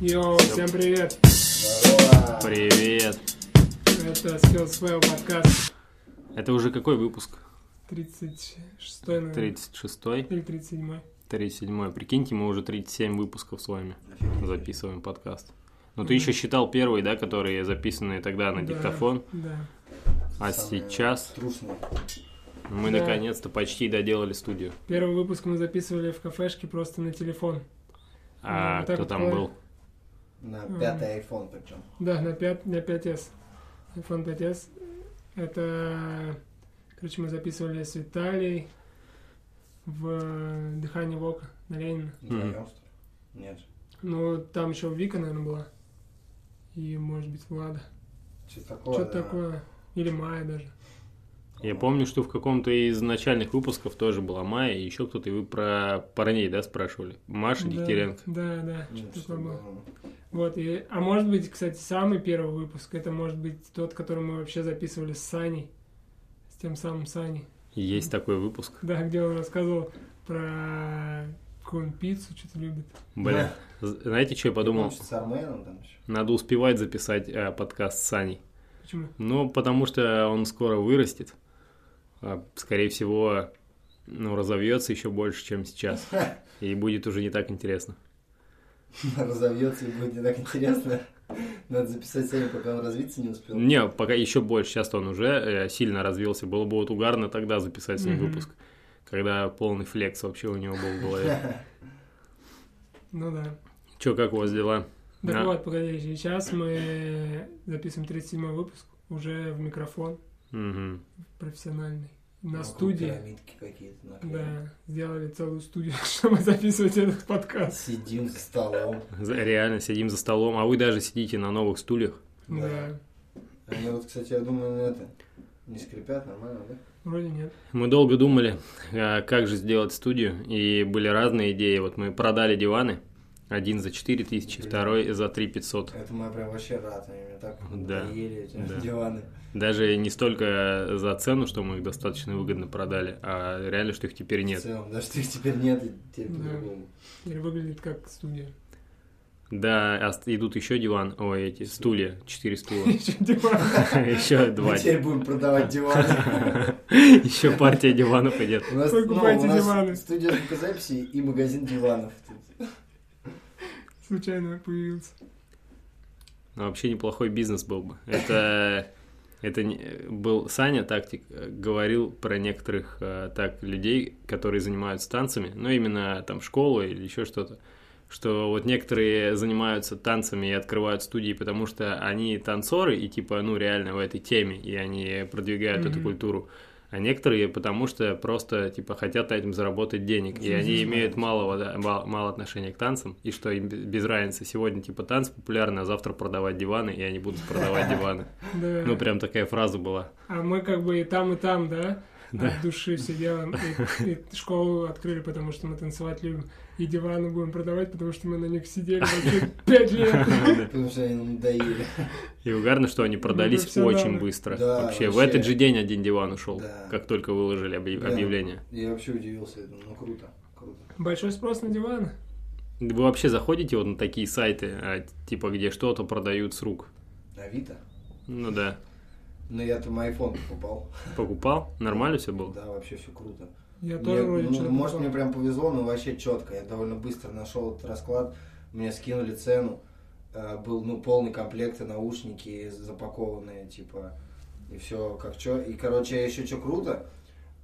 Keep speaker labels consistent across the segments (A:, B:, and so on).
A: Йоу, всем привет!
B: Привет.
A: Это Skill Swell подкаст
B: Это уже какой выпуск?
A: 36 наверное,
B: 36-й,
A: или 37
B: 37-й. Прикиньте, мы уже 37 выпусков с вами записываем подкаст. Но ты еще считал первые, да, которые записаны тогда на
A: Да.
B: диктофон,
A: Да,
B: а
C: Самые
B: сейчас
C: Трусные.
A: Да.
B: мы
A: Ну,
B: наконец-то почти доделали студию.
A: первый выпуск мы записывали в кафешке просто на телефон
B: А
A: Ну, вот так
B: кто
A: вот
B: там
A: бывает.
B: был?
C: На
A: Мгм.
C: пятый iPhone причем.
A: Да, на, 5, на 5S iPhone 5S Это, короче, мы записывали с Виталий в э, «Дыхание Вока» на Ленина
C: Вдвоем, что ли? Нет.
A: Ну, там еще Вика, наверное, была И, может быть, Влада
C: Что-то такое.
A: Что-то
C: да.
A: такое, или Майя даже
B: Я помню, что в каком-то из начальных выпусков тоже была Майя, и еще кто-то, и вы про парней, да, спрашивали? Маша
A: Да,
B: Дегтяренко.
A: Да, да,
C: Ну,
A: что-то
C: что
A: такое было.
C: было.
A: Вот, и, а может быть, кстати, самый первый выпуск, это может быть тот, который мы вообще записывали с Саней, с тем самым Саней,
B: Есть такой выпуск.
A: да, где он рассказывал про какую он пиццу, что-то любит.
B: Блин. З- Знаете, что я подумал?
C: Помню, что С Арменом там еще.
B: Надо успевать записать э, подкаст с Саней.
A: Почему?
B: Ну, потому что он скоро вырастет. А, Скорее всего, ну, разовьется еще больше, чем сейчас. И будет уже не так интересно.
C: Разовьется и будет не так интересно. Надо записать Сеню, пока он развиться не успел.
B: Не, пока еще больше. сейчас он уже э, сильно развился. Было бы вот угарно тогда записать с ним
A: Мгм.
B: выпуск. Когда полный флекс вообще у него был в голове.
A: Ну да.
B: Че, как у вас дела?
A: Так
B: Да.
A: вот, погоди, сейчас мы записываем 37 выпуск уже в микрофон
B: Мгм.
A: профессиональный, на
C: Вокруг
A: студии.
C: Пирамидки какие-то. на крыше.
A: Да, сделали целую студию, чтобы записывать этот подкаст.
C: Сидим за столом.
B: За- Реально сидим за столом, а вы даже сидите на новых стульях.
C: Да.
A: Да.
C: Они вот, кстати, я думаю, на это не скрипят нормально, да?
A: Вроде нет.
B: Мы долго думали, э, как же сделать студию, и были разные идеи. Вот мы продали диваны, один за 4 тысячи,
C: Блин.
B: второй за 3 500.
C: Этому я прям вообще рад. Они мне так
B: Да.
C: надоели, эти
B: Да.
C: диваны.
B: Даже не столько э, за цену, что мы их достаточно выгодно продали, а реально, что их теперь
C: В
B: нет.
C: целом, даже что их теперь нет, и теперь
A: Да.
C: по-другому.
A: Теперь выглядит как студия.
B: Да, ост- идут еще диван, ой, эти стулья, 4 стула,
A: Ещё диван.
B: еще два.
C: Мы теперь будем продавать диваны.
B: Еще партия диванов идет.
C: У нас, ну,
A: Покупайте
C: у нас
A: диваны.
C: студия звукозаписи и магазин диванов. Тут
A: Случайно появился.
B: Но Ну, вообще неплохой бизнес был бы. Это, это не- был Саня Тактик, э, говорил про некоторых э, так людей, которые занимаются танцами, ну именно там школу или еще что-то, что вот некоторые занимаются танцами и открывают студии, потому что они танцоры и типа, ну реально в этой теме, и они продвигают эту
A: Мгм.
B: культуру. А некоторые потому что просто типа хотят на этом заработать денег, и
C: Ну,
B: они
C: бизнес,
B: имеют
C: наверное.
B: малого, да, мал- мало отношения к танцам, и что им б- без разницы, сегодня типа танцы популярны, а завтра продавать диваны, и они будут продавать диваны.
A: Да.
B: Ну, прям такая фраза была.
A: А мы как бы и там, и там, да?
B: Да.
A: От души все делаем. И, и школу открыли, потому что мы танцевать любим. И диваны будем продавать, потому что мы на них сидели вообще пять лет.
B: Да.
C: Потому что они нам надоели.
B: И угарно, что они продались
A: профессионалы.
B: очень быстро.
C: Да,
B: Вообще, в
C: вообще.
B: этот же день один диван ушел,
C: Да.
B: как только выложили объ-
C: Да.
B: объявление.
C: Я вообще удивился этому, ну круто, круто.
A: Большой спрос на диваны.
B: Вы вообще заходите вот на такие сайты, а, типа, где что-то продают с рук?
C: Авито.
B: Ну да.
C: Но я там iPhone покупал.
B: Покупал? Нормально все было?
C: Да, вообще все круто.
A: Я
C: Мне-
A: тоже вроде
C: ну,
A: что-то
C: может,
A: покупал.
C: мне прям повезло, но вообще четко. Я довольно быстро нашел этот расклад. Мне скинули цену. Э, Был, ну, полный комплект и наушники запакованные, типа, и все как чё. И, короче, еще что круто,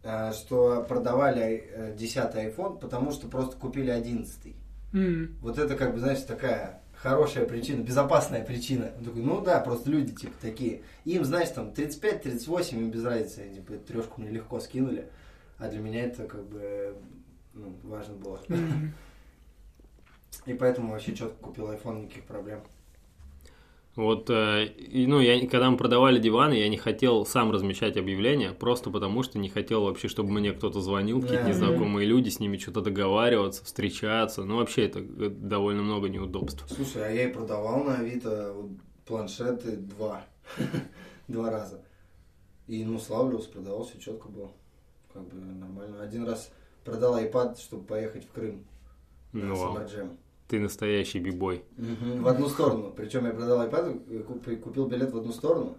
C: э, что продавали э, 10 iPhone, потому что просто купили 11
A: М.
C: Вот это, как бы, знаешь, такая хорошая причина, безопасная причина. Он такой, ну да, просто люди, типа, такие. Им, знаешь, там 35-38, им без разницы, они, типа, трешку мне легко скинули. А для меня это, как бы, ну, важно было.
A: М.
C: И поэтому вообще четко купил iPhone, никаких проблем.
B: Вот, э, и, ну, я, когда мы продавали диваны, я не хотел сам размещать объявления, просто потому что не хотел вообще, чтобы мне кто-то звонил, какие-то
C: Да.
B: незнакомые люди, с ними что-то договариваться, встречаться. Ну, вообще, это э, довольно много неудобств.
C: Слушай, а я и продавал на Авито вот, планшеты два. Два раза. И, ну, славливался, продавал, все четко было. Как бы нормально. Один раз продал iPad, чтобы поехать в Крым.
B: Ну,
C: с
B: вау.
C: Эмерджем.
B: Ты настоящий бибой.
C: Мгм, В одну сторону. Причем я продал iPad, э, куп- купил билет в одну сторону,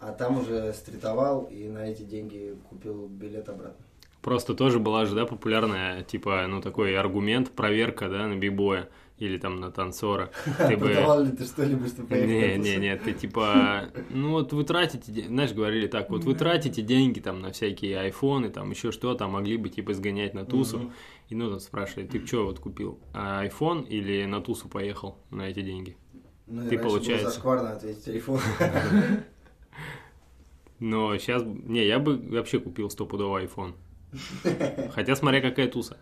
C: а там уже стритовал и на эти деньги купил билет обратно.
B: Просто тоже была же, да, популярная, типа, ну, такой аргумент, проверка, да, на бибоя или там на танцора. Ты бы...
C: Продавал ли ты что-либо, чтобы поехать? на
B: Не,
C: эту
B: не,
C: сумму?
B: не, ты типа, ну вот вы тратите, де- знаешь, говорили так, вот вы
A: Да.
B: тратите деньги там на всякие айфоны, там еще что, там могли бы типа сгонять на тусу.
C: Мгм.
B: И ну там спрашивали, ты что вот купил, а iPhone или на тусу поехал на эти деньги?
C: Ну, и
B: Ты,
C: раньше было
B: получается.
C: зашкварно ответить телефон.
B: Но сейчас, не, я бы вообще купил стопудово iPhone. Хотя смотря какая туса.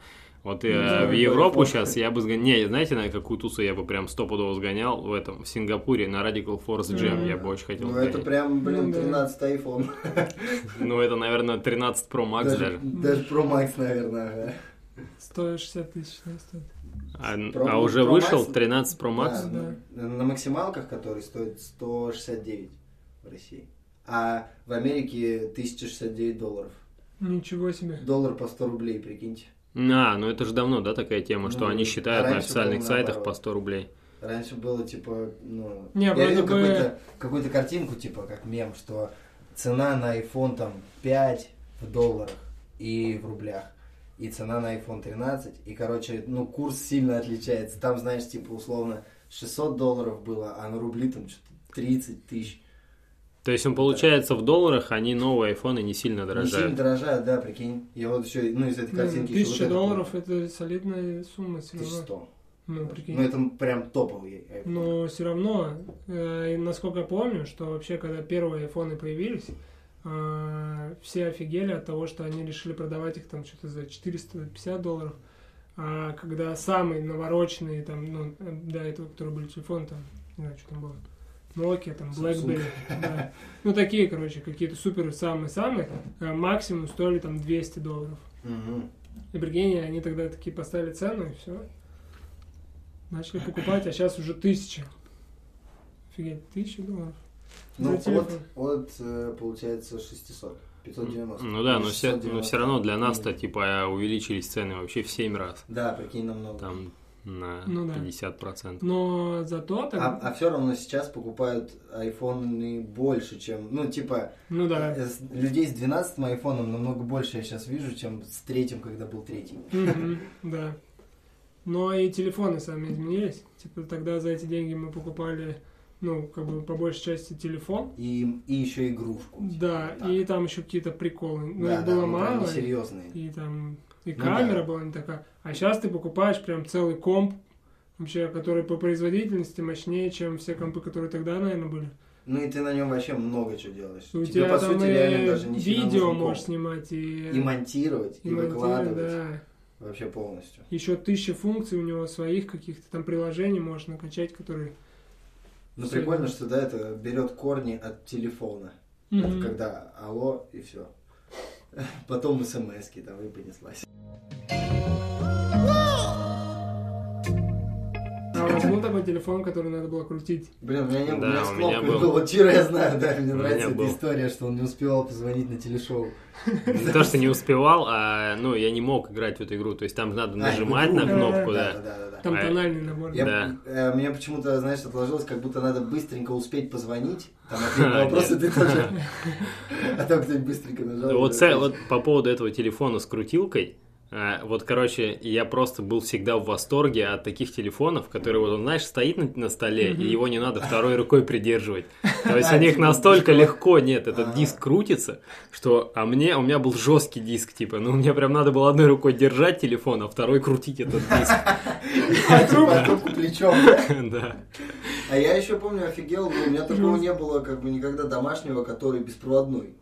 B: Вот э,
C: Ну, да,
B: в
C: да,
B: Европу
C: iPhone.
B: сейчас я бы сгонял... Не, знаете, на какую тусу я бы прям стопудово сгонял в этом, в Сингапуре, на Radical Force Jam я бы очень хотел
C: Ну, это
B: сгонять.
C: прям, блин,
A: Ну, да.
C: 13 iPhone.
B: Ну, это, наверное, 13 Pro Max даже.
C: Даже Pro Max, наверное, ага.
A: 160 тысяч да, стоит.
B: А,
C: Pro-
B: а уже
C: Pro
B: вышел
C: Max?
B: 13 Pro Max?
C: Да, на- На максималках, которые стоят 169 в России. А в Америке 1069 долларов.
A: Ничего себе.
C: Доллар по 100 рублей, прикиньте.
B: А, ну это же давно, да, такая тема, что
C: Ну,
B: они считают
C: а
B: на
C: раньше
B: официальных
C: было
B: сайтах
C: наоборот.
B: по 100 рублей.
C: Раньше было типа, ну,
A: Не,
C: я
A: вроде
C: видел
A: бы-
C: какую-то, какую-то картинку, типа, как мем, что цена на iPhone там 5 в долларах и в рублях, и цена на iPhone 13, и, короче, ну, курс сильно отличается. Там, знаешь, типа, условно, 600 долларов было, а на рубли там что-то 30 тысяч.
B: То есть, он получается, в долларах они новые айфоны не сильно
C: Ну, сильно
B: дорожают.
C: дорожают, да, прикинь. Я вот еще, ну, из этой картинки... еще вот
A: Тысяча
C: это
A: долларов это солидная сумма все
C: помню.
A: равно.
C: 1100.
A: Ну,
C: Ну,
A: прикинь. Ну.
C: это прям топовый iPhone.
A: Но все равно, э, и насколько я помню, что вообще, когда первые айфоны появились, э, все офигели от того, что они решили продавать их там что-то за 450 долларов. А когда самые навороченные, там, ну, э, до этого, которые были телефоны, там, не знаю, что там было, Nokia, там,
C: Samsung.
A: BlackBerry, да. ну, такие, короче, какие-то супер самые-самые, э, максимум стоили там 200 долларов.
C: Мгм.
A: И прикинь, они тогда такие поставили цену, и все. Начали покупать, а сейчас уже тысяча. Офигеть, тысяча долларов.
C: Ну,
A: За
C: от,
A: телефон.
C: от, э, получается, 600. 590.
B: Ну да, но все,
C: 690.
B: равно для нас-то, типа, увеличились цены вообще в 7 раз.
C: Да, прикинь, намного.
B: Там на
A: Ну да.
B: 50%.
A: Но зато
C: А,
A: там...
C: все равно сейчас покупают айфоны больше, чем... Ну, типа,
A: Ну да.
C: э, с- людей с 12 айфоном намного больше я сейчас вижу, чем с третьим, когда был третий.
A: Мгм, Да. Но и телефоны сами изменились. Типа тогда за эти деньги мы покупали, ну, как бы по большей части телефон.
C: И, и еще игрушку. типа,
A: Да,
C: вот так.
A: и там еще какие-то приколы. Ну,
C: Да,
A: их
C: да,
A: было
C: ну, прям
A: мало. и-
C: серьезные.
A: И там и
C: Ну
A: камера
C: да.
A: была не такая. А сейчас ты покупаешь прям целый комп, вообще, который по производительности мощнее, чем все компы, которые тогда, наверное, были.
C: Ну, и ты на нем вообще много чего делаешь.
A: У
C: Тебе,
A: тебя
C: по
A: там
C: сути,
A: и
C: реально даже не сильно
A: видео
C: нужен комп.
A: можешь снимать, и,
C: И монтировать, и,
A: монтировать,
C: выкладывать.
A: да.
C: Вообще полностью.
A: Еще тысяча функций у него своих каких-то там приложений можно накачать, которые...
C: Ну,
A: Всё.
C: прикольно, что, да, это берет корни от телефона. Это
A: Мгм.
C: когда алло и все. Потом смс там и понеслась.
A: А у вас был такой телефон, который надо было крутить?
C: Блин, у меня не было,
B: Да,
C: у меня с
B: у меня
C: кнопкой
B: был.
C: было. Вот Чира я знаю, да, мне
B: У меня
C: нравится эта
B: был.
C: история, что он не успевал позвонить на телешоу.
B: Не то, что не успевал, а, ну, я не мог играть в эту игру. То есть, там же надо
C: А,
B: нажимать
C: в
B: на
C: игру.
B: кнопку,
C: Да, да,
B: да.
C: да, да.
A: Там
B: А,
A: тональный набор.
C: Я,
B: Да.
C: э, мне почему-то, знаешь, отложилось, как будто надо быстренько успеть позвонить. Там ответить
B: Нет.
C: на вопросы ты тоже. А там кто-нибудь быстренько нажал.
B: Вот,
C: и
B: ца-
C: ответил.
B: вот по поводу этого телефона с крутилкой, а, вот, короче, я просто был всегда в восторге от таких телефонов, которые, вот, он, знаешь, стоит на, на столе,
A: Мгм.
B: и его не надо второй рукой придерживать. То есть у
C: А,
B: них
C: типа А.
B: настолько
C: дисковый.
B: легко, нет, этот
C: Ага.
B: диск крутится, что, а мне, у меня был жесткий диск, типа, ну, мне прям надо было одной рукой держать телефон, а второй крутить этот диск.
C: А, типа, трубку плечом.
B: Да.
C: А я еще помню, офигел, ну, у меня такого не было как бы никогда домашнего, который беспроводной.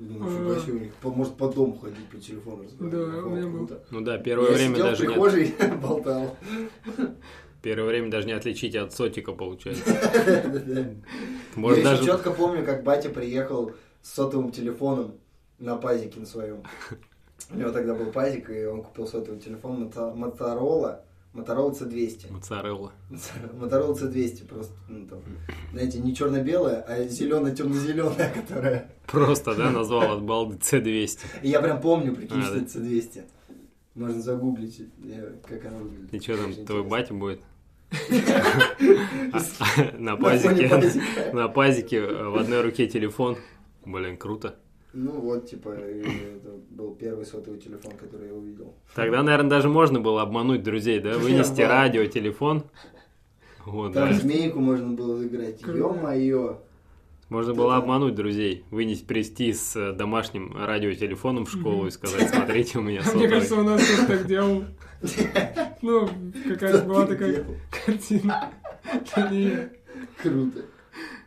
C: Ну,
A: А.
C: вообще у них по- может по дому ходить, по телефону разговаривать.
A: Да, у
C: О,
A: меня был.
C: круто.
B: Ну да, первое
C: я
B: время
C: сидел
B: даже
C: в
B: не от-
C: прихожей болтал.
B: первое время даже не отличить от сотика получается.
C: я
B: Может
C: еще
B: даже
C: четко помню, как батя приехал с сотовым телефоном на пазике на своем. У него тогда был пазик, и он купил сотовый телефон Мото- Моторола. Моторола C200.
B: моцарелла.
C: Моторола C200 просто, ну, там, знаете, не черно-белая, а зеленая-темно-зеленая, которая...
B: Просто, да, назвал от балды C200.
C: И Я прям помню, прикинь,
B: А,
C: что
B: да.
C: это 200. Можно загуглить, э, как она выглядит.
B: И что там,
C: Очень
B: твой
C: интересно.
B: батя будет? На пазике. На пазике э, в одной руке телефон. Блин, круто.
C: Ну вот, типа, и это был первый сотовый телефон, который я увидел.
B: Тогда, наверное, даже можно было обмануть друзей, да? Вынести
C: Да.
B: радио, телефон. Вот,
C: Там
B: да.
C: змейку можно было заиграть.
A: Круто.
C: Ё-моё.
B: Можно
C: Да,
B: было
C: да.
B: обмануть друзей, вынести, прийти с э, домашним радиотелефоном в школу и сказать, смотрите, у меня
A: Мне
B: сотовый.
A: кажется, у нас тоже так делал. Ну, какая-то была
C: Что ты
A: такая
C: делал?
A: картина. Да не,
C: Круто.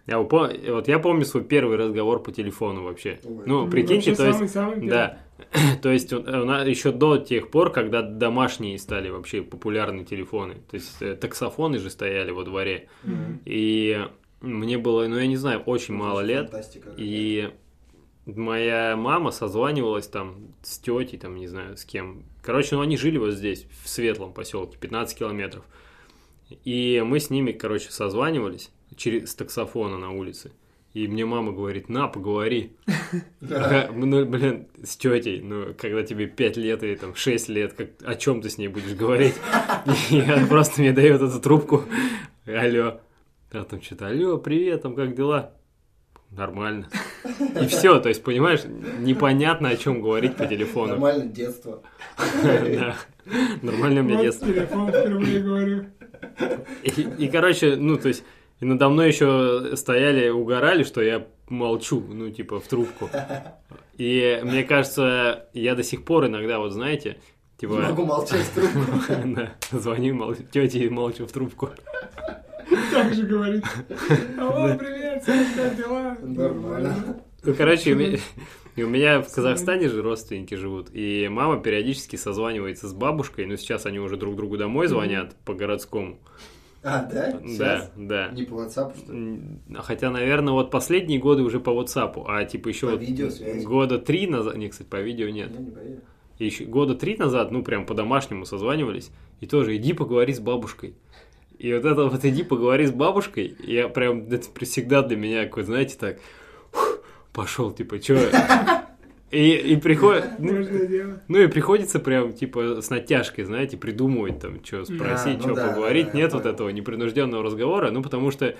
B: Я упо- Вот я помню свой первый разговор по телефону вообще.
C: Ой.
B: Ну,
A: ну,
B: прикиньте,
A: вообще
B: то есть...
A: самый-самый первый.
B: Да. То есть э, еще до тех пор, когда домашние стали вообще популярны телефоны. То есть э, таксофоны же стояли во дворе.
A: Мгм.
B: И мне было, ну я не знаю, очень мало лет.
C: Фантастика.
B: И моя мама созванивалась там с тетей, там не знаю с кем. Короче, ну они жили вот здесь, в Светлом поселке, 15 километров. И мы с ними, короче, созванивались через с таксофона на улице. И мне мама говорит, на, поговори.
C: Да.
B: Ага, Ну, блин, с тетей, ну, когда тебе 5 лет или там 6 лет, как, о чем ты с ней будешь говорить? И она просто мне дает эту трубку. Алло. А там что-то, алло, привет, там как дела? Нормально. И все, то есть, понимаешь, непонятно, о чем говорить по телефону.
C: Нормально детство.
B: Да. Нормально у меня
A: Вот
B: детство.
A: телефон впервые говорю.
B: И, и, короче, ну, то есть, и надо мной еще стояли, угорали, что я молчу, ну, типа, в трубку. И мне кажется, я до сих пор иногда, вот знаете,
C: Не
B: типа...
C: могу молчать в трубку.
B: да, звоню мол... тете и молчу в трубку.
A: Так же говорит. Алло, привет, Саш, как дела?
C: Нормально.
B: Ну, короче, у меня, и у меня в Казахстане же родственники живут, и мама периодически созванивается с бабушкой, но сейчас они уже друг другу домой звонят по городскому.
C: А, да?
B: Да,
C: Сейчас?
B: да.
C: Не по WhatsApp, что ли?
B: М, Хотя, наверное, вот последние годы уже по WhatsApp, а типа еще
C: По
B: вот
C: видеосвязи.
B: года три назад, не, кстати, по видео нет,
C: Я не поверю.
B: еще года три назад, ну прям по-домашнему созванивались, и тоже иди поговори с бабушкой. И вот это вот иди поговори с бабушкой, я прям, это при- всегда для меня какой, знаете, так, пошел, типа, чё... И, и приходит... ну,
A: Можно дело.
B: Ну и приходится прям, типа, с натяжкой, знаете, придумывать там, что спросить,
C: Да,
B: что
C: ну да,
B: поговорить.
C: да, да, я
B: Нет вот
C: понял.
B: этого непринужденного разговора, ну потому что,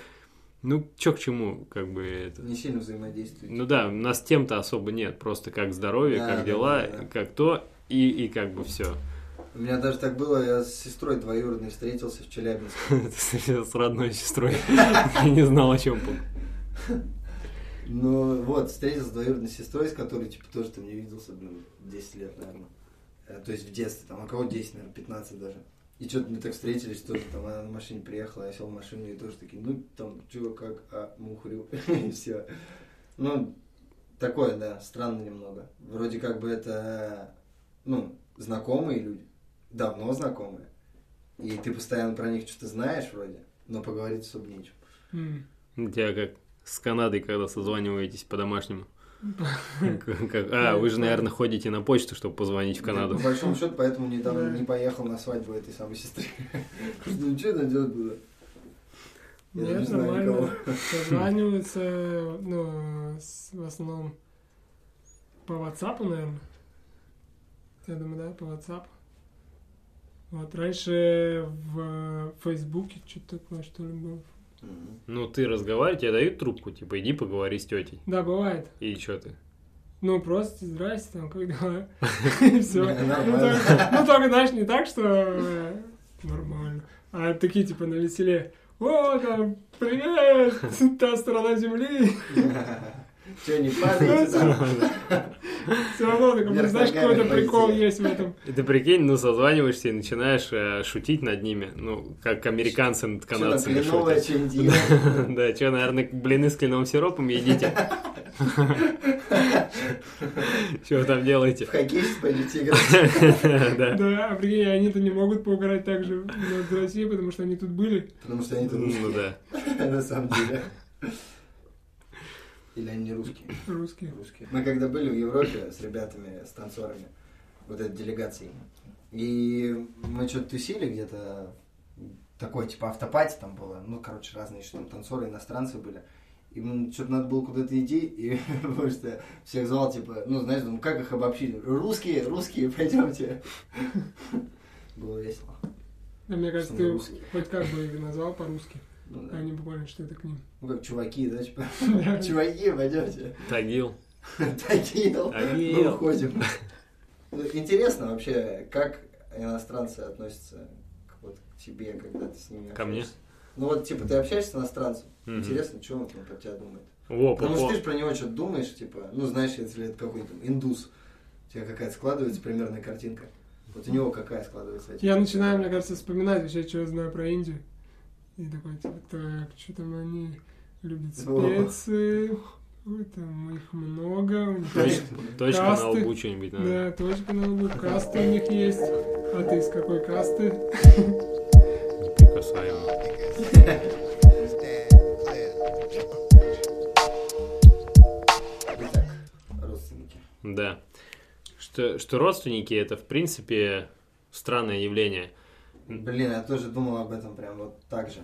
B: ну, чё к чему, как бы это...
C: Не сильно взаимодействует.
B: Ну да, у нас тем-то особо нет, просто как здоровье,
C: Да,
B: как
C: да,
B: дела,
C: да, да.
B: как то, и, и как бы все.
C: У меня даже так было, я с сестрой двоюродной встретился в Челябинске.
B: С родной сестрой. Я не знал, о чем
C: Ну вот, встретился с двоюродной сестрой, с которой, типа, тоже там не виделся, блин, 10 лет, наверное. Э, То есть в детстве, там, а кого 10, наверное, 15 даже. И что-то мы так встретились тоже, там, она на машине приехала, я сел в машину, и тоже такие, ну, там, чего, как, а, мухрю, и все. Ну, такое, да, странно немного. Вроде как бы это, ну, знакомые люди, давно знакомые. И ты постоянно про них что-то знаешь вроде, но поговорить особо нечем.
A: М.
B: У тебя как с Канадой, когда созваниваетесь по-домашнему. Как- как- А, вы же, наверное, ходите на почту, чтобы позвонить в Канаду.
C: По большому счету, поэтому недавно
A: Да.
C: не поехал на свадьбу этой самой сестры. Ну что это делать было? Я даже не
A: Нет,
C: знаю
A: нормально.
C: никого.
A: Созваниваются, ну, с- в основном по WhatsApp, наверное. Я думаю, да, по WhatsApp. Вот раньше в э, Фейсбуке что-то такое, что ли, было.
C: Мгм.
B: Ну, ты разговариваешь, тебе дают трубку, типа, иди поговори с тетей.
A: Да, бывает.
B: И что ты?
A: Ну, просто здрасте, там, как дела? И все.
C: Не,
A: Ну,
C: нормально.
A: только, ну, только, знаешь, не так, что э, нормально, а такие, типа, на веселе. О, там, привет, та сторона земли.
C: Че, не падаете там?
A: Все равно, так, ну,
C: Вверх
A: знаешь,
C: ногами
A: какой-то прикол
C: пойти.
A: есть в этом.
B: И ты прикинь, ну, созваниваешься и начинаешь э, шутить над ними. Ну, как американцы над
C: Чё там,
B: канадцами
C: кленовое, типа?
B: шутят.
C: чё индиго?
B: Да, что, наверное, блины с кленовым сиропом едите. Что вы там делаете?
C: В хоккей сейчас пойдете играть?
B: Да.
A: Да, а прикинь, они-то не могут поугарать так же над Россией, потому что они тут были.
C: Потому что они тут
B: Ну
C: русские,
B: да.
C: на самом деле. Или они не русские?
A: Русские.
C: русские. Мы когда были в Европе с ребятами, с танцорами, вот этой делегацией, и мы что-то тусили где-то, такое типа автопати там было, ну, короче, разные еще там танцоры, иностранцы были. И м, что-то надо было куда-то идти, и потому что всех звал, типа, ну, знаешь, ну, как их обобщили? Русские, русские, пойдемте. Было весело.
A: Да, А мне кажется,
C: Что
A: ты
C: на русский.
A: хоть как бы их назвал по-русски,
C: Ну, да.
A: а не буквально, что это к ним.
C: Ну, как чуваки, да? типа, Чуваки, пойдемте.
B: Тагил.
C: Тагил. Мы
B: Тагил.
C: уходим. Ну, Интересно вообще, как иностранцы относятся к, вот, к тебе, когда ты с ними
B: Ко мне?
C: общаешься? Ну вот, типа, ты общаешься с иностранцем.
B: Мгм.
C: Интересно, что он там про тебя думает.
B: О,
C: Потому
B: по-
C: что ты же про него что-то думаешь, типа, ну знаешь, если это какой-то там индус, у тебя какая-то складывается примерная картинка. Вот у него какая складывается?
A: Я начинаю, мне кажется, вспоминать вообще, что я знаю про Индию. И такой, типа, так, что там они любят
C: О.
A: специи, ой, там их много, у них есть-
B: Точка, точка на
A: Касты.
B: лбу что-нибудь надо.
A: да, точка на лбу, касты у них есть. А ты из какой касты?
B: Неприкасаемо.
C: Итак, родственники.
B: Да. Что, что родственники это в принципе странное явление.
C: Блин, я тоже думал об этом прям вот так же.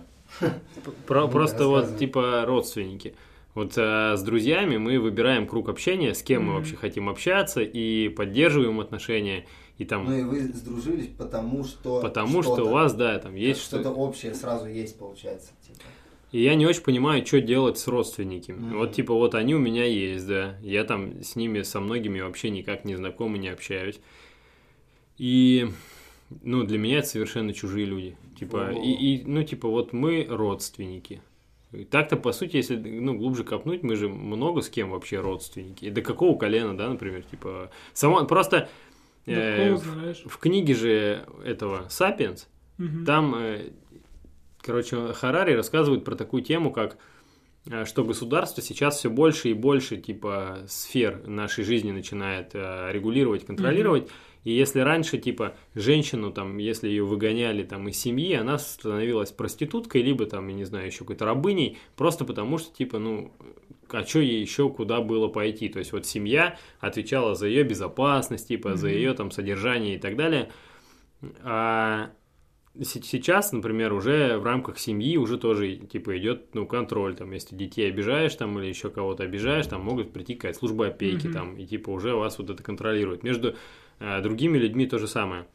B: Про-
C: Ну,
B: просто вот
C: рассказывай.
B: типа родственники. Вот э, с друзьями мы выбираем круг общения, с кем мы
A: Мгм.
B: вообще хотим общаться и поддерживаем отношения и там
C: Ну и вы сдружились, потому что...
B: потому что, у
C: что-то-
B: вас да там есть
C: что-то
B: что.
C: общее сразу есть, получается. типа.
B: И я не очень понимаю, что делать с родственниками.
C: Мгм.
B: Вот типа вот они у меня есть, да, я там с ними со многими вообще никак не знаком и не общаюсь. И ну для меня это совершенно чужие люди. Типа
C: Во.
B: и, и, ну типа вот мы родственники. И Так-то, по сути, если ну, глубже копнуть, мы же много с кем вообще родственники. И до какого колена, да, например, типа. Само, просто
A: Да
B: э,
A: кого
B: в,
A: знаешь?
B: в книге же этого Сапиенс
A: Мгм.
B: там, э, короче, Харари рассказывает про такую тему, как э, что государство сейчас все больше и больше типа сфер нашей жизни начинает э, регулировать, контролировать. И если раньше, типа, женщину, там, если ее выгоняли там, из семьи, она становилась проституткой, либо там, я не знаю, еще какой-то рабыней, просто потому что, типа, ну, а что ей еще куда было пойти? То есть вот семья отвечала за ее безопасность, типа, за
A: Мгм.
B: ее там содержание и так далее. А се- сейчас, например, уже в рамках семьи уже тоже, типа, идет, ну, контроль, там, если детей обижаешь, там, или еще кого-то обижаешь, там, могут прийти какая-то служба опеки,
A: Мгм.
B: там, и, типа, уже вас вот это контролирует. Между э, другими людьми то же самое.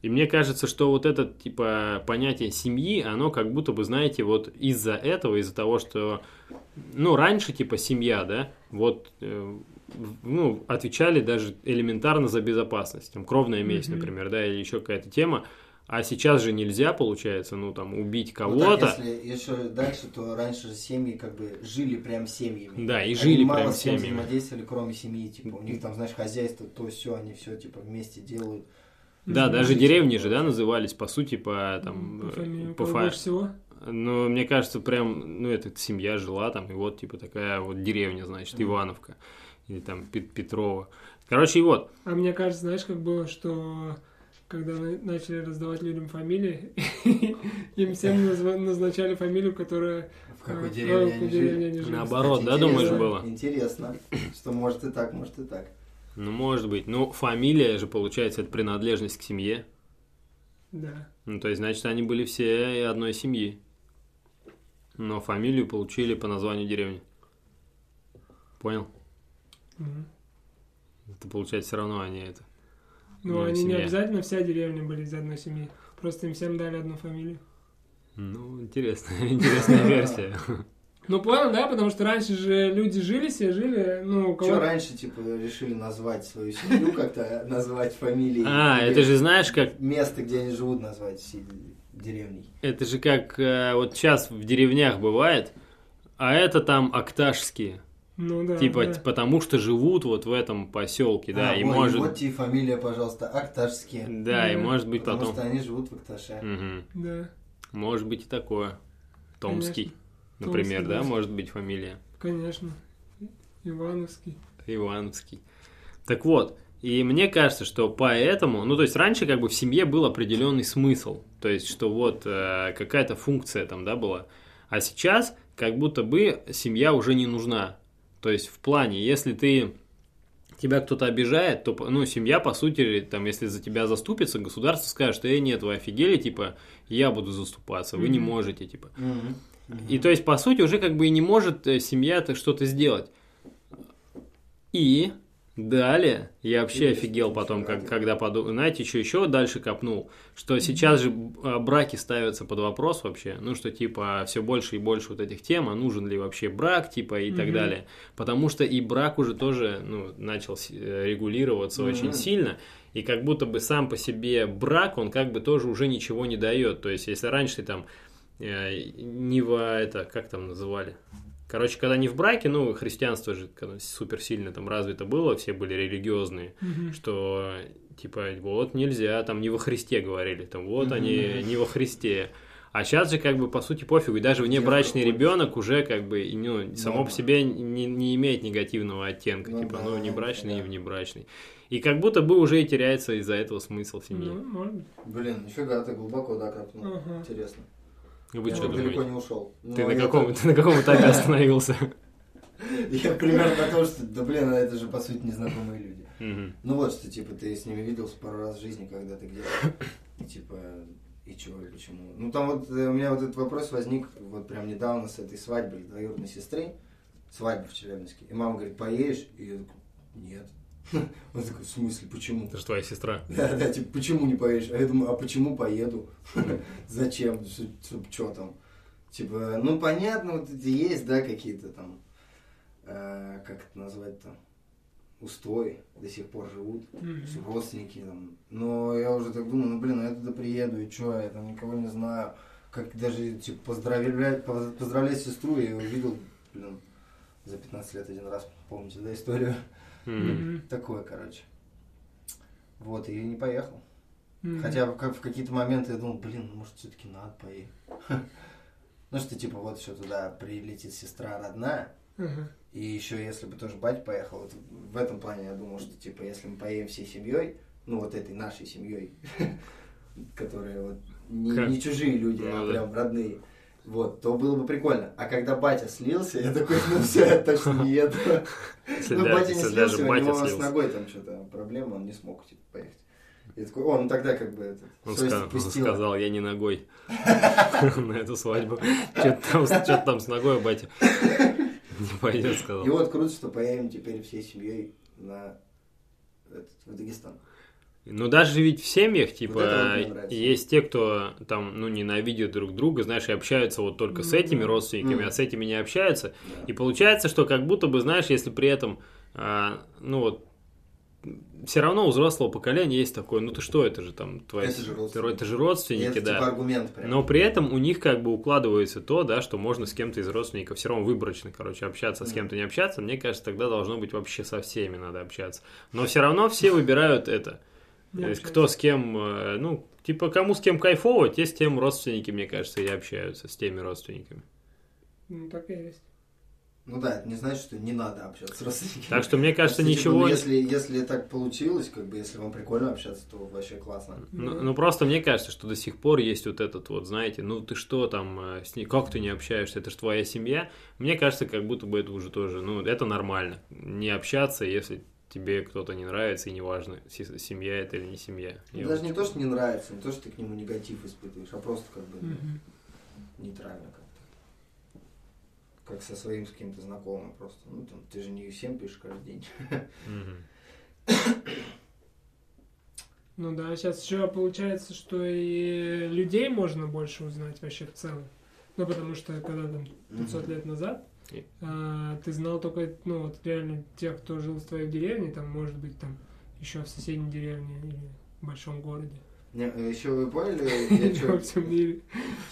B: И мне кажется, что вот это, типа, понятие семьи, оно как будто бы, знаете, вот из-за этого, из-за того, что, ну, раньше, типа, семья, да, вот, э, в- ну, отвечали даже элементарно за безопасность, там, кровная месть,
A: Мгм.
B: например, да, или еще какая-то тема, а сейчас же нельзя, получается, ну, там, убить
C: Ну так,
B: кого-то,
C: если еще дальше, то раньше же семьи как бы жили прям семьями.
B: да, и
C: Они
B: жили
C: мало
B: прям
C: с кем
B: семьями.
C: взаимодействовали, кроме семьи, типа, у них там, знаешь, хозяйство, то все, они все, типа, вместе делают.
B: Да,
A: Мгм.
B: даже
C: Жить
B: деревни
C: как-то.
B: же, да, назывались, по сути, по, там,
A: Ну, По
B: э,
A: фамилии.
B: по
A: Кого
B: фа-
A: больше всего?
B: Ну, мне кажется, прям, ну, эта семья жила там, и вот, типа, такая вот деревня, значит,
C: Мгм.
B: Ивановка, или там Пет- Петрова. Короче, и вот,
A: А мне кажется, знаешь, как было, что когда на- начали раздавать людям фамилии, им всем назва- назначали фамилию, которая...
C: В какой
A: э, в
C: деревне
A: какой
C: они жили.
A: деревне они жили.
B: Наоборот. да,
C: интересно,
B: думаешь, было?
C: Интересно, что может и так, может и так.
B: ну, может быть, ну, фамилия же, получается, это принадлежность к семье.
A: Да.
B: Ну, то есть, значит, они были все и одной семьи. Но фамилию получили по названию деревни. Понял?
A: Мгм.
B: Это получается все равно они это.
A: Но
B: Ну, и
A: они
B: семья.
A: не обязательно вся деревня были из одной семьи. Просто им всем дали одну фамилию.
B: Ну, интересная, интересная версия.
A: Ну, понял, да? Потому что раньше же люди жили себе, жили, ну, у
C: Че
A: кого...
C: раньше, типа, решили назвать свою семью как-то, назвать фамилией?
B: А,
C: Или
B: это же знаешь, как
C: Место, где они живут, назвать си- деревней.
B: это же как э, вот сейчас в деревнях бывает, а это там акташские.
A: Ну, да,
B: типа,
A: да.
B: т- потому что живут вот в этом поселке, да,
C: А,
B: и
C: вот,
B: может.
C: Вот тебе фамилия, пожалуйста, Акташские.
B: Да, и
A: Мгм.
B: может быть
C: потому
B: потом.
C: что они живут в Акташе.
B: Мгм.
A: Да.
B: Может быть и такое. Томский,
A: Конечно.
B: например,
A: Томский,
B: да,
A: да.
B: может быть фамилия.
A: Конечно. Ивановский.
B: Ивановский. Так вот, и мне кажется, что поэтому, ну то есть раньше как бы в семье был определенный смысл, то есть что вот э, какая-то функция там, да, была, а сейчас как будто бы семья уже не нужна, то есть в плане, если ты тебя кто-то обижает, то, ну, семья, по сути, там, если за тебя заступится, государство скажет, что, эй, нет, вы офигели, типа, я буду заступаться, вы не
A: Мгм.
B: можете, типа.
C: Мгм.
B: И то есть, по сути, уже как бы и не может э, семья-то что-то сделать. И Далее, я вообще
C: Интересно,
B: офигел
C: ничего
B: потом, как,
C: ради.
B: когда подумал, знаете, что еще дальше копнул, что сейчас же э, браки ставятся под вопрос вообще, ну что типа все больше и больше вот этих тем, а нужен ли вообще брак, типа и так
A: Мгм.
B: далее, потому что и брак уже тоже ну, начал с- э, регулироваться очень
C: Мгм.
B: сильно, и как будто бы сам по себе брак, он как бы тоже уже ничего не дает, то есть если раньше ты там э, не во это, как там называли, Короче, когда не в браке, ну, христианство же когда супер сильно там развито было, все были религиозные,
A: Мгм.
B: что типа вот нельзя, там не во Христе говорили, там вот
C: Мгм.
B: они не во Христе. А сейчас же как бы по сути пофигу, и даже внебрачный
C: какой-то.
B: ребенок уже как бы и, ну, само по
C: Норма.
B: себе не, не имеет негативного оттенка,
C: Ну
B: типа
C: да,
B: ну внебрачный и
C: да.
B: внебрачный. И как будто бы уже и теряется из-за этого смысл семьи.
A: Ну, может быть.
C: Блин, нифига, ты глубоко, да, копнул.
A: Ага.
C: Интересно.
B: Вы
C: Ну, я
B: что
C: вот далеко
B: думаете?
C: не ушел.
B: Ты
C: Но
B: на
C: я
B: каком, ты на каком этапе остановился?
C: так- Я примерно на том, что, да блин, а это же, по сути, незнакомые люди.
B: Мгм.
C: Ну вот что, типа, ты с ними виделся пару раз в жизни, когда ты где-то, и типа, и чего, и почему. Ну там вот э, у меня вот этот вопрос возник вот прям недавно с этой свадьбы двоюродной сестры, свадьба в Челябинске. И мама говорит, поедешь? И я такой, нет. Он такой, в смысле, почему?
B: Это же твоя сестра.
C: Да, да, типа, почему не поедешь? А я думаю, а почему поеду? Зачем? Что там? Типа, ну понятно, вот эти есть, да, какие-то там, э, как это назвать-то, устои, до сих пор живут,
A: Мгм.
C: с- родственники там. Но я уже так думаю, ну блин, ну я туда приеду, и что, я там никого не знаю. Как даже, типа, поздравлять, поз- поздравлять сестру, я ее увидел, блин, за 15 лет один раз, помните, да, историю?
B: Мгм.
A: Мгм.
C: Такое, короче. Вот, и не поехал.
A: Мгм.
C: Хотя в, как- в какие-то моменты я думал, блин, ну, может, все-таки надо поехать. Ну что, типа, вот еще туда прилетит сестра родная.
A: Ага.
C: И еще, если бы тоже батя поехал, вот в этом плане я думал, что, типа, если мы поедем всей семьей, ну, вот этой нашей семьей, которые вот не,
B: Как?
C: не чужие люди, а
B: Ну да.
C: прям родные, вот, то было бы прикольно. А когда батя слился, я такой, ну все, я точно не еду.
B: Если
C: Ну,
B: да-
C: батя не
B: если даже
C: слился, у
B: батя
C: него с
B: слился.
C: ногой там что-то проблема, он не смог типа, поехать. Я такой, о, ну тогда как бы это,
B: Он,
C: совесть
B: ска- он
C: отпустила.
B: сказал, я не ногой на эту свадьбу. Что-то там с ногой, батя. Не пойдет,
C: И
B: сказал.
C: вот круто, что поедем теперь всей семьей на этот, в Дагестан.
B: Ну, даже ведь в семьях,
C: Вот это вот
B: типа,
C: мне нравится.
B: есть те, кто там, ну, ненавидят друг друга, знаешь, и общаются вот только с этими
A: Мгм.
B: родственниками,
C: Мгм.
B: а с этими не общаются.
C: Да.
B: И получается, что как будто бы, знаешь, если при этом, а, ну вот, все равно у взрослого поколения есть такое, ну ты что, это же там твои...
C: Это же родственники.
B: Это же
C: И
B: родственники,
C: это
B: да. Ну,
C: типа аргумент прям.
B: Но при этом у них как бы укладывается то, да, что можно с кем-то из родственников все равно выборочно, короче, общаться, а с
C: Мгм.
B: кем-то не общаться. Мне кажется, тогда должно быть вообще со всеми надо общаться. Но все равно все выбирают это.
A: Не
B: То есть
A: общаюсь.
B: кто с кем, э, ну, типа кому с кем кайфово, те с тем родственники, мне кажется, и общаются, с теми родственниками.
A: Ну, так и есть.
C: Ну да, это не значит, что не надо общаться с родственниками.
B: Так что, мне кажется,
C: Просто, типа, ну,
B: ничего... не-
C: если, если так получилось, как бы, если вам прикольно общаться, то вообще классно.
B: Ну,
A: Да.
B: ну, просто мне кажется, что до сих пор есть вот этот вот, знаете, ну ты что там, э, с ней, как ты не общаешься, это же твоя семья. Мне кажется, как будто бы это уже тоже, ну это нормально, не общаться, если тебе кто-то не нравится, и неважно, се- семья это или не семья.
C: Ну,
B: Я
C: даже
B: вот- типа
C: не то, что не нравится, не то, что ты к нему негатив испытываешь, а просто как бы ну,
A: Мгм.
C: нейтрально как-то. Как со своим с кем-то знакомым просто. Ну, там, ты же не всем пишешь каждый день.
B: Мгм.
A: Ну да, сейчас еще получается, что и людей можно больше узнать вообще в целом. Ну, потому что когда там 500 лет назад,
B: И-
A: а, ты знал только, ну, вот реально тех, кто жил в твоей деревне, там, может быть, там, еще в соседней деревне или в большом городе.
C: Еще вы поняли, я
A: Во
C: чё-
A: всем мире.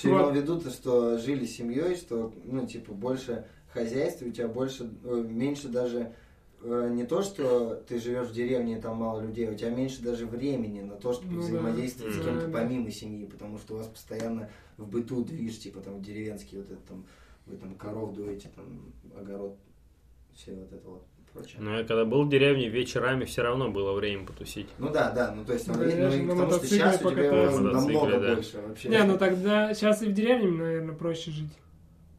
C: чё имел в виду, то, что жили семьей, что, ну, типа, больше хозяйства, у тебя больше, э, меньше даже э, не то, что ты живешь в деревне, и там мало людей, а у тебя меньше даже времени на то, чтобы
A: Ну да.
C: взаимодействовать с
B: Да,
C: кем-то
A: да.
C: помимо семьи, потому что у вас постоянно в быту движ, типа там деревенский вот этот там, вы там коров дуете, там огород, все вот это вот прочее.
B: Ну я когда был в деревне, вечерами все равно было время потусить.
C: Ну да, да, ну то есть,
A: Да,
C: там время,
A: даже
C: ну, и
A: на
C: потому что
A: мотоцикле
C: сейчас у тебя его
A: покататься.
B: На мотоцикле,
C: намного
B: да.
C: больше вообще.
A: Не, ну тогда сейчас и в деревне, наверное, проще жить,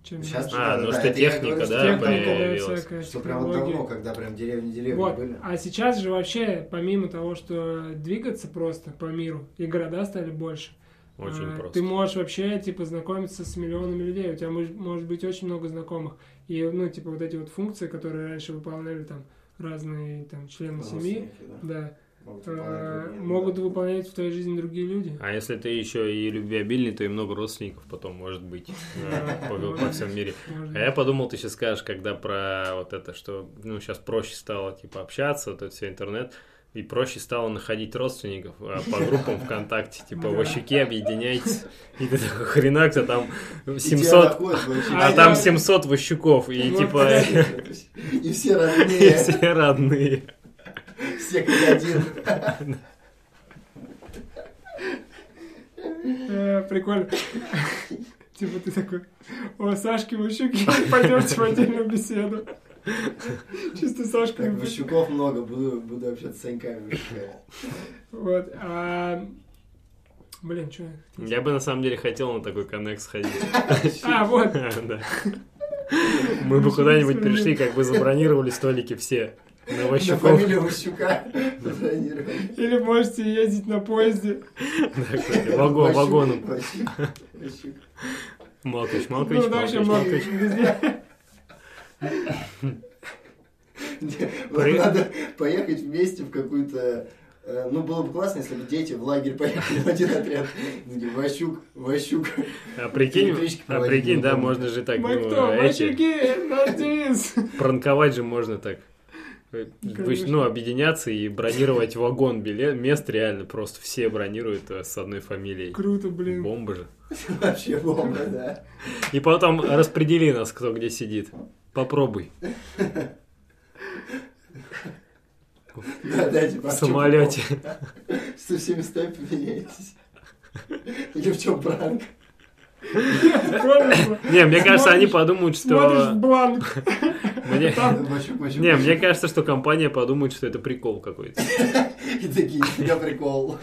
A: чем
C: Сейчас
A: раньше.
B: А,
C: да,
B: ну
C: да,
B: что
C: это я
B: техника,
C: говорю, что
B: да,
A: Техника,
C: техника,
A: да,
B: появилась.
A: всякая
C: Что прям вот
A: технология.
C: давно, когда прям деревни-деревни
A: Вот.
C: были.
A: А сейчас же вообще, помимо того, что двигаться просто по миру, и города стали больше,
B: Очень
A: а,
B: просто.
A: ты можешь вообще, типа, знакомиться с миллионами людей. У тебя мож- может быть очень много знакомых. И, ну, типа, вот эти вот функции, которые раньше выполняли там разные там члены семьи,
C: Родственники, да.
A: да,
C: Могут
A: э,
C: выполнять другие,
A: могут
C: да.
A: выполнять в твоей жизни другие люди.
B: А если ты еще и любвеобильный, то и много родственников потом может быть э, по, по всем мире.
A: Может
B: А я подумал, ты сейчас скажешь, когда про вот это, что ну сейчас проще стало типа общаться, вот это все интернет, и проще стало находить родственников э, по группам ВКонтакте, типа в Ощеке объединяйтесь, и ты такой хренак, а там
C: И
B: 700,
C: тебя находят вообще.
B: а
A: А
B: там
A: я-
B: 700 Ващуков, и
A: А Вот,
B: типа
C: И все
B: и
C: родные,
B: все родные.
C: все как один.
A: Э, Прикольно. Типа ты такой, о, Сашки Ващуки, пойдемте в отдельную беседу. Чисто Сашка.
C: Так, Ващуков много, буду, буду общаться с Саньками Ващуками.
A: Вот. а, Блин, что
B: Я бы на самом деле хотел на такой коннект сходить.
A: А, вот.
B: Да. Мы бы куда-нибудь пришли, как бы забронировали столики все. На
C: На
B: Ващуков.
C: фамилию Ващука забронировали.
A: Или можете ездить на поезде.
B: Да, кстати, вагон,
C: Ващук,
B: вагоном.
C: Ващук, Ващук.
B: Малкович, Малкович,
A: Ну, дальше
B: Малкович,
A: можно.
B: Малкович.
A: везде.
C: Не, вот
B: При-
C: Надо поехать вместе в какую-то... э, Ну, было бы классно, если бы дети в лагерь поехали в один отряд. Такие, Ващук, Ващук.
B: А прикинь,
C: Электрички
B: а
C: проводить
B: прикинь, да,
C: никому.
B: можно же так,
A: Мы
B: ну,
A: кто?
B: эти,
A: Ващуки, наш девиз.
B: пранковать же можно так. Э,
A: Конечно.
B: Ну, объединяться и бронировать вагон билет. Мест реально просто все бронируют э, с одной фамилией.
A: Круто, блин.
B: Бомба же.
C: Вообще бомба, да.
B: И потом распредели нас, кто где сидит. Попробуй.
C: Да, да, типа,
B: В
C: а в чём
B: самолете.
C: прикол? Со всеми стами поменяетесь. И в чем пранк?
A: Прикольно.
B: Не, мне кажется, они
A: Смотришь-
B: подумают,
A: Смотришь в
B: что...
A: бланк.
B: Мне-
C: Ващук, Ващук.
B: Не, мне кажется, что компания подумает, что это прикол какой-то.
C: И такие, я прикол.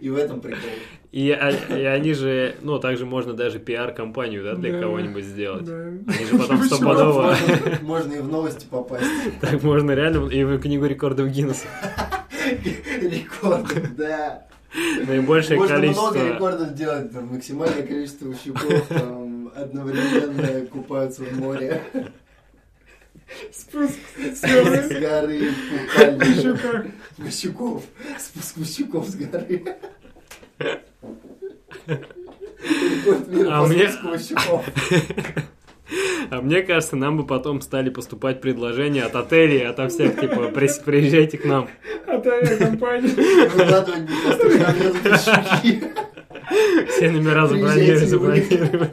C: И в этом прикол.
B: И, а- и они же, ну, также можно даже пиар-компанию, да, для
A: Да.
B: кого-нибудь сделать.
A: Да.
B: Они же потом
A: Почему?
B: стопудово...
C: Можно- Можно и в новости попасть.
B: Так можно реально и в книгу рекордов Гиннесса.
C: Рекорд, да.
B: Наибольшее
C: Можно много
B: количество...
C: рекордов делать, там, максимальное количество щуков там, одновременно купаются в море
A: Спуск с
C: с
A: горы.
C: горы, купальник
A: Ващука.
C: щуков, спуск щуков с горы. Рекорд мира
B: А
C: по
B: мне-
C: спуску щуков.
B: А мне кажется, нам бы потом стали поступать предложения от отелей, ото всех, типа, «При- приезжайте к нам.
A: От авиакомпании.
C: Выкладывать Ну, не просто там резать щуки.
B: Все номера забронируем,
C: Приезжайте,
B: забронируем.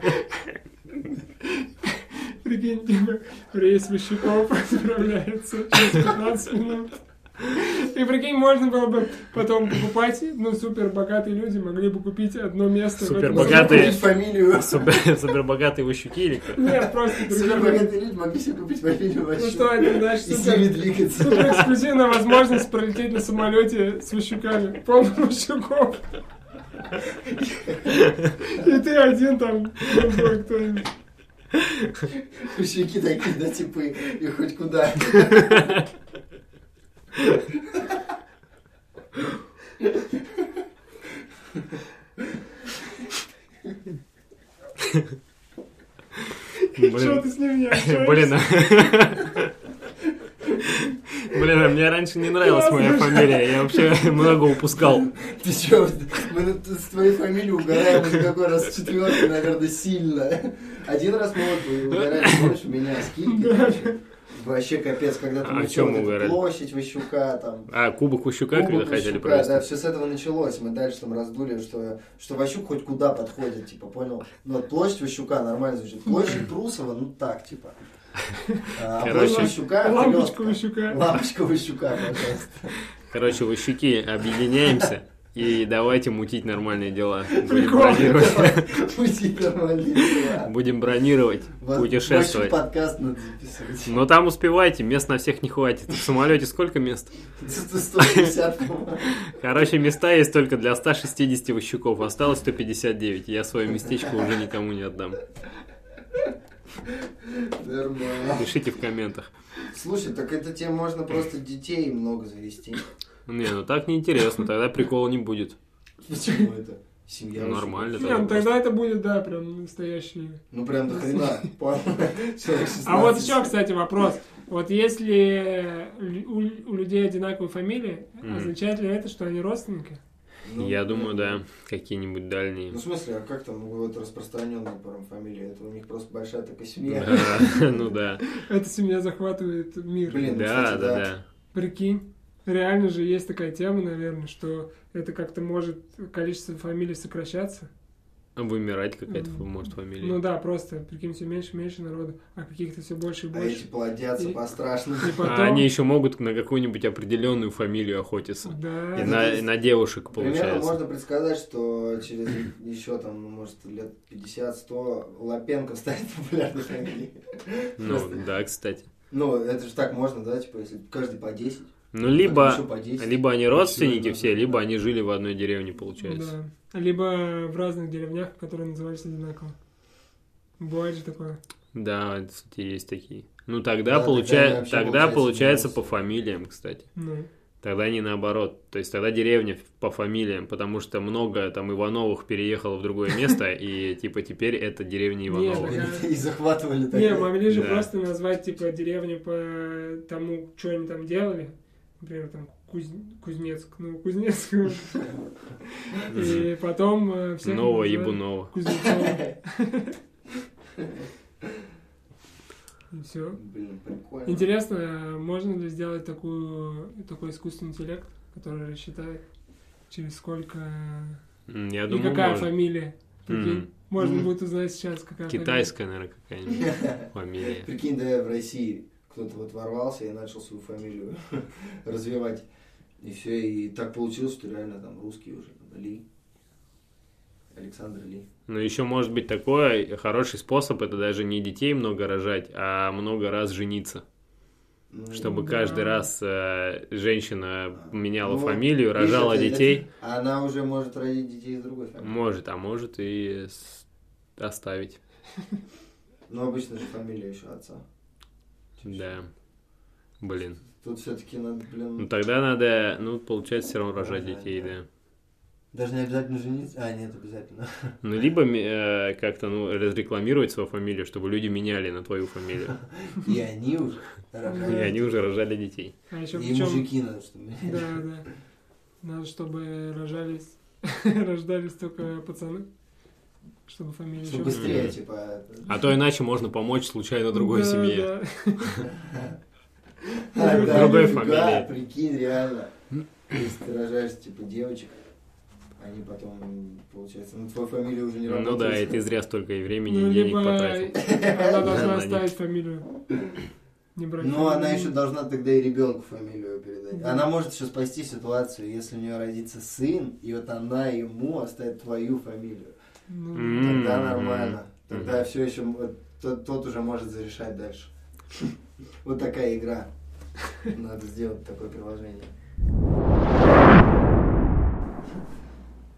A: Прикинь, типа, рейс Ващуков отправляется через 15 минут. И прикинь, можно было бы потом покупать, ну, супер богатые люди могли бы купить одно место. в этом
B: Супербогатые.
C: Можно купить фамилию.
B: Супер- Супербогатые вощуки или кто?
A: заводе. Нет, просто другие люди.
C: Супербогатые люди могли себе купить фамилию
A: Ну что,
C: вообще.
A: это, знаешь,
C: И с ними
A: супер...
C: двигаться.
A: Супер эксклюзивная возможность пролететь на самолете с Ващуками, полным Ващуков. И ты один там, другой кто-нибудь.
C: Щуки такие, да, типы, и хоть куда.
A: Что
B: Блин.
A: ты с ним не общаешься?
B: Блин, а- Блин, а мне раньше не нравилась моя фамилия, я вообще много упускал.
C: Ты чё, мы тут с твоей фамилией угораем уже какой раз четвертый, наверное, сильно. Один раз мы вот угорали, помнишь, у меня скидки. короче. Вообще капец, когда
B: А
C: там
B: о
C: начала
B: чём
C: вот
B: мы
C: эта
B: угорали?
C: площадь Ващука, там,
B: А, кубок Ващука,
C: Кубок
B: когда хотели
C: Ващука,
B: провести.
C: Да, все с этого началось. Мы дальше там раздули, что, что Ващук хоть куда подходит, типа, понял? Ну, вот площадь Ващука нормально звучит. Площадь Прусова, ну так, типа. А
B: Короче,
C: площадь Ващука,
A: Лампочку
C: «Хлёстка».
A: Ващука.
C: Лампочка Ващука, пожалуйста.
B: Короче, вощуки, объединяемся и давайте мутить нормальные дела. Будем
A: Прикол.
B: бронировать,
C: Пути нормальные дела.
B: будем бронировать
C: Вас-
B: путешествовать. Ну.
C: Ваш подкаст надо записывать.
B: Но там успевайте, мест на всех не хватит. В самолете сколько мест?
C: 150, по-моему.
B: Короче, места есть только для 160 вощуков, осталось 159. Я свое местечко уже никому не отдам.
C: Нормально.
B: Пишите в комментах.
C: Слушай, так это тебе можно просто детей много завести.
B: ну Не, ну так неинтересно, тогда прикола не будет.
C: Почему это? Семья.
B: Ну, нормально.
A: Не, ну тогда это будет, да, прям настоящий.
C: Ну прям до хрена. понял? Человек 16.
A: А вот еще, кстати, вопрос. Вот если э, лю- у, у людей одинаковые фамилии,
B: Мгм.
A: означает ли это, что они родственники?
C: Ну,
B: Я думаю, да, какие-нибудь дальние.
C: Ну, в смысле, а как там вот распространенная прям фамилия? Это у них просто большая такая семья.
B: Да, Ну да,
A: Эта семья захватывает мир.
C: Блин. ну,
B: да, да,
C: кстати, да.
B: да.
A: Прикинь. Реально же есть такая тема, наверное, что это как-то может количество фамилий сокращаться.
B: А Вымирать какая-то,
A: Мгм.
B: может,
A: Ну
B: фамилия.
A: да, просто, прикинь, все меньше и меньше народу, а каких-то все больше и
C: А эти
A: больше.
C: плодятся
A: И-
C: по-страшному.
A: И потом...
B: А они еще могут на какую-нибудь определенную фамилию охотиться.
A: Да.
B: И
C: Это
B: на,
C: есть-
B: и на девушек,
C: Примерно
B: получается.
C: можно предсказать, что через еще там, ну, может, лет 50-100 Лапенко станет популярной фамилией.
B: Ну, да, кстати.
C: Ну, это же так можно, да, типа, если каждый по 10.
B: Ну,
C: еще
B: либо,
C: по 10.
B: либо они родственники
C: Ещё,
B: все,
C: да.
B: либо они жили в одной деревне, получается.
A: Да. Либо в разных деревнях, которые назывались одинаково. Бывает же такое.
B: Да, кстати, есть такие. Ну, тогда,
C: Да,
B: получа-
C: тогда вообще
B: тогда
C: получается
B: получается по
C: минус.
B: фамилиям, кстати.
A: Ну,
B: Тогда не наоборот. То есть тогда деревня по фамилиям, потому что много там Ивановых переехало в другое место, и типа теперь это деревня
A: Нет,
B: Ивановых.
A: такая-
C: И захватывали
A: Не,
C: такие.
A: могли же
B: Да.
A: просто назвать, типа, деревню по тому, что они там делали. Например, там Куз- Кузнецк, ну, Кузнецк. И потом э, всех...
B: Нового
A: называли
B: ебуного.
A: Кузнецова. И все.
C: Блин, прикольно.
A: Интересно, а можно ли сделать такую, такой искусственный интеллект, который рассчитает, через сколько...
B: М, Я
A: И
B: думаю,
A: какая
B: можно.
A: фамилия? Прикинь.
B: Мгм.
A: Можно
C: Мгм.
A: будет узнать сейчас, какая
B: Китайская, наверное, какая-нибудь фамилия.
C: Прикинь, да, в России кто-то вот ворвался и начал свою фамилию развивать. И все, и так получилось, что реально там русские уже. там, Ли. Александр Ли.
B: Но еще может быть такой хороший способ, это даже не детей много рожать, а много раз жениться.
C: Ну,
B: Чтобы
A: Да.
B: каждый раз э, женщина
C: А.
B: меняла
C: Ну,
B: фамилию,
C: видишь,
B: рожала
C: это-
B: детей.
C: а Она уже может родить детей из другой фамилии.
B: Может, а может и с- оставить.
C: Но обычно же фамилия еще отца.
B: Да. Блин.
C: Тут все-таки надо, блин...
B: Ну тогда надо, ну, получается, все равно рожать
C: Рожать,
B: детей,
C: да.
B: да.
C: Даже не обязательно жениться. А, нет, обязательно.
B: Ну, либо э, как-то, ну, разрекламировать свою фамилию, чтобы люди меняли на твою фамилию.
C: И они уже
B: И
A: Да.
C: рожают.
B: они уже рожали детей.
A: А еще
C: И
A: причем...
C: мужики ну, надо, чтобы...
A: Да, да. Надо, чтобы рожались... Рождались только пацаны. Чтобы фамилия
C: Чтобы
A: еще...
C: быстрее,
B: Мгм.
C: типа... это-
B: А то иначе можно помочь случайно другой
A: Да,
B: семье.
A: да.
C: А, да,
B: Другой
C: нифига,
B: фамилии.
C: прикинь, реально. Если ты рожаешь, типа, девочек, они потом, получается, ну, твою фамилию уже не
B: Ну
C: работает.
B: да, и ты зря столько и времени
A: Ну,
B: и денег
A: либо
B: потратил.
A: она должна
B: Да,
A: оставить фамилию. Не брать
C: Ну, она
A: фамилию.
C: еще должна тогда и ребенку фамилию передать. Она может еще спасти ситуацию, если у нее родится сын, и вот она ему оставит твою фамилию.
A: Ну,
B: М.
C: Тогда
B: Мгм.
C: нормально. Тогда
B: Мгм.
C: все еще тот, тот уже может зарешать дальше. Вот такая игра. Надо сделать такое приложение.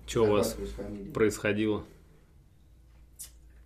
B: Что у вас
C: Зарабатываешь фамилии.
B: происходило?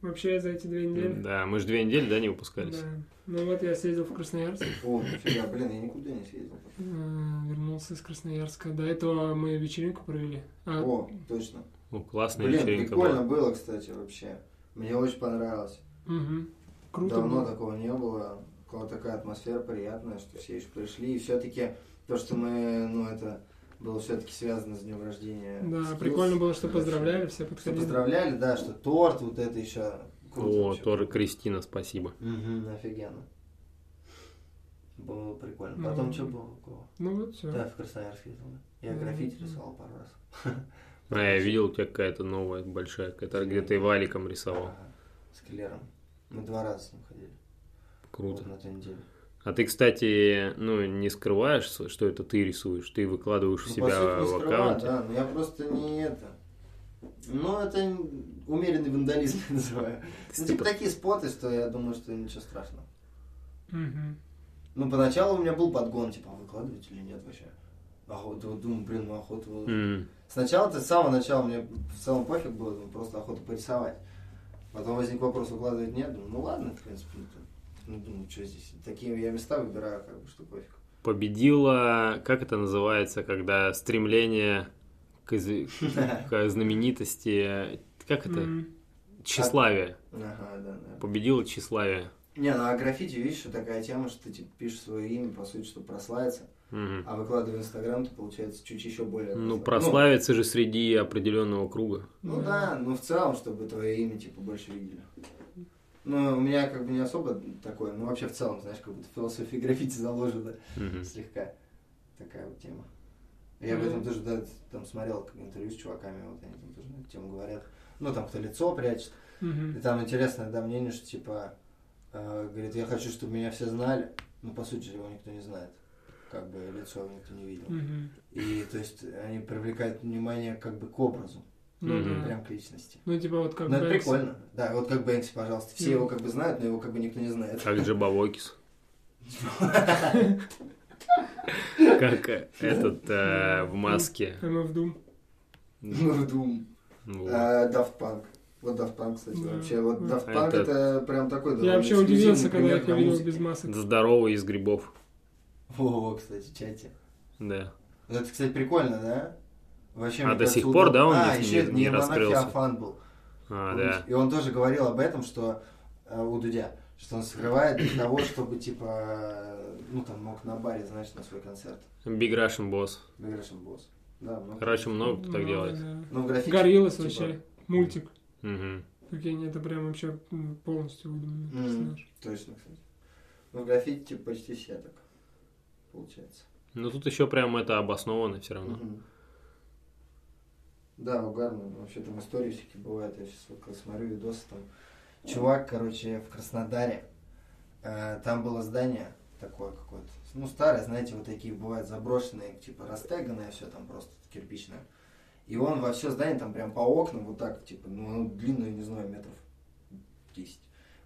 A: Вообще за эти две недели.
B: Да, мы же две недели, да, не выпускались?
A: Да. Ну вот я съездил в Красноярск, э,
C: О, нифига, блин, я никуда не съездил.
A: вернулся из Красноярска. До этого мы вечеринку провели. А,
C: О, точно.
B: Ну, классная
C: Блин,
B: вечеринка
C: прикольно
B: была.
C: было, кстати, вообще. Мне очень понравилось.
A: мгм. Круто
C: Давно
A: было.
C: такого не было. Была такая атмосфера приятная, что все еще пришли. И все-таки то, что мы, ну, это было все-таки связано с днем рождения.
A: Да,
C: Skills.
A: прикольно было, что
C: Короче,
A: поздравляли, все
C: Что
A: подходили.
C: поздравляли, да, что торт, вот это еще круто.
B: О,
C: вообще.
B: Тора Кристина, спасибо.
C: Мгм, офигенно. Было прикольно.
A: Ну,
C: Потом что было? у кого?
A: Ну вот все.
C: Да, в Красноярск ездил. да. Я
A: Ну,
C: граффити
A: ну.
C: рисовал пару раз.
B: А, я видел, у тебя какая-то новая, большая, какая-то, где ты валиком рисовал.
C: Ага, С Клером. Мы два раза с ним ходили.
B: Круто.
C: Вот на той неделе.
B: А ты, кстати, ну, не скрываешь, с- что это ты рисуешь, ты выкладываешь у
C: Ну,
B: себя
C: по сути, не
B: в
C: скрываю,
B: аккаунте.
C: Да, но я просто не это. Ну, это н- умеренный вандализм я называю.
B: То есть
C: Ну,
B: ты
C: типа
B: про-
C: такие споты, что я думаю, что ничего страшного.
A: Мгм.
C: Ну, поначалу у меня был подгон, типа, а выкладывать или нет вообще. Охота, вот думаю, блин, ну охота. выложу.
B: М,
C: Сначала-то с самого начала мне в целом пофиг было, думаю, просто охота порисовать. Потом возник вопрос, выкладывать нет, думаю, ну ладно, в принципе, это, ну думаю, что здесь, такие я места выбираю, как бы, что пофиг.
B: Победила, как это называется, когда стремление к, изв- к знаменитости, как это,
A: М.
B: тщеславие.
C: Ага, да, да.
B: Победила тщеславие.
C: Не, ну а граффити, видишь, что такая тема, что ты типа пишешь свое имя, по сути, чтобы прославиться,
B: Мгм.
C: а выкладывая в Инстаграм, то получается чуть еще более...
B: Ну,
C: прослав-
B: прославится же среди определенного круга.
C: Ну, ну да, ну в целом, чтобы твое имя, типа, больше видели. Ну, у меня как бы не особо такое, ну вообще в целом, знаешь, как будто философия граффити заложена
B: Мгм.
C: слегка. Такая вот тема. Я об этом
A: Мгм.
C: тоже, да, там смотрел как интервью с чуваками, вот они там тоже на эту тему говорят. Ну, там кто лицо прячет, и
A: Мгм.
C: там интересное да, мнение, что типа э, говорит, я хочу, чтобы меня все знали, но по сути его никто не знает. Как бы лицо его никто не видел.
A: Мгм.
C: И то есть они привлекают внимание как бы к образу, а
A: Ну
B: Мгм.
A: да.
C: прям к личности.
A: Ну, типа вот как
C: Ну, это
A: Бэнкс.
C: прикольно. Да, вот как Бэнкси, пожалуйста. Все
A: Мгм.
C: его как бы знают, но его как бы никто не знает.
B: Как Джабавокис. Как э, этот э, в маске.
A: MF Doom.
C: Ну, Doom.
B: Вот.
C: А, Daft Punk. Вот Daft Punk, кстати,
A: Да.
C: вообще. Вот
A: Мгм.
C: Daft Punk
B: А Этот-
C: это прям такой
A: Я
C: довольно
A: вообще
C: эксклюзивный
A: удивился, когда я
C: пример
A: их
C: на
A: увидел
C: музыке.
A: без масок.
B: Здоровый из грибов.
C: Во, кстати, чате.
B: Да.
C: Вот Это, кстати, прикольно, да? Вообще,
B: А,
C: мне
B: до
C: кажется,
B: сих
C: удобно.
B: пор, да, он
C: а,
B: не-
C: еще
B: не-
C: не,
B: не
C: Монах
B: раскрылся?
C: Феофан был.
B: А,
C: помнишь?
B: да.
C: И он тоже говорил об этом, что э, у Дудя, что он скрывает для того, чтобы, типа, э, ну, там, мог на баре, значит, на свой концерт.
B: Big Russian Boss.
C: Выигрышем босс. Да, много.
B: Короче, много кто так
A: Ну,
B: делает.
A: да.
C: Ну, в графике.
A: Гориллас
C: типа,
A: вообще. Мультик.
B: Мгм.
A: Прикинь, это прям вообще м, полностью выдуманный
C: Мгм.
A: персонаж.
C: Точно, кстати. Ну, в граффити, типа, почти все так. Получается.
B: Ну тут еще прям это обосновано все равно.
C: Мгм. Да, угарно. Вообще там истории всякие бывают. Я сейчас вот как смотрю видосы там. Чувак, короче, в Краснодаре. э, там было здание такое какое-то. Ну, старое, знаете, вот такие бывают заброшенные, типа растеганное все там просто кирпичное. И он во все здание там прям по окнам вот так, типа, ну, оно длинное, не знаю, метров 10.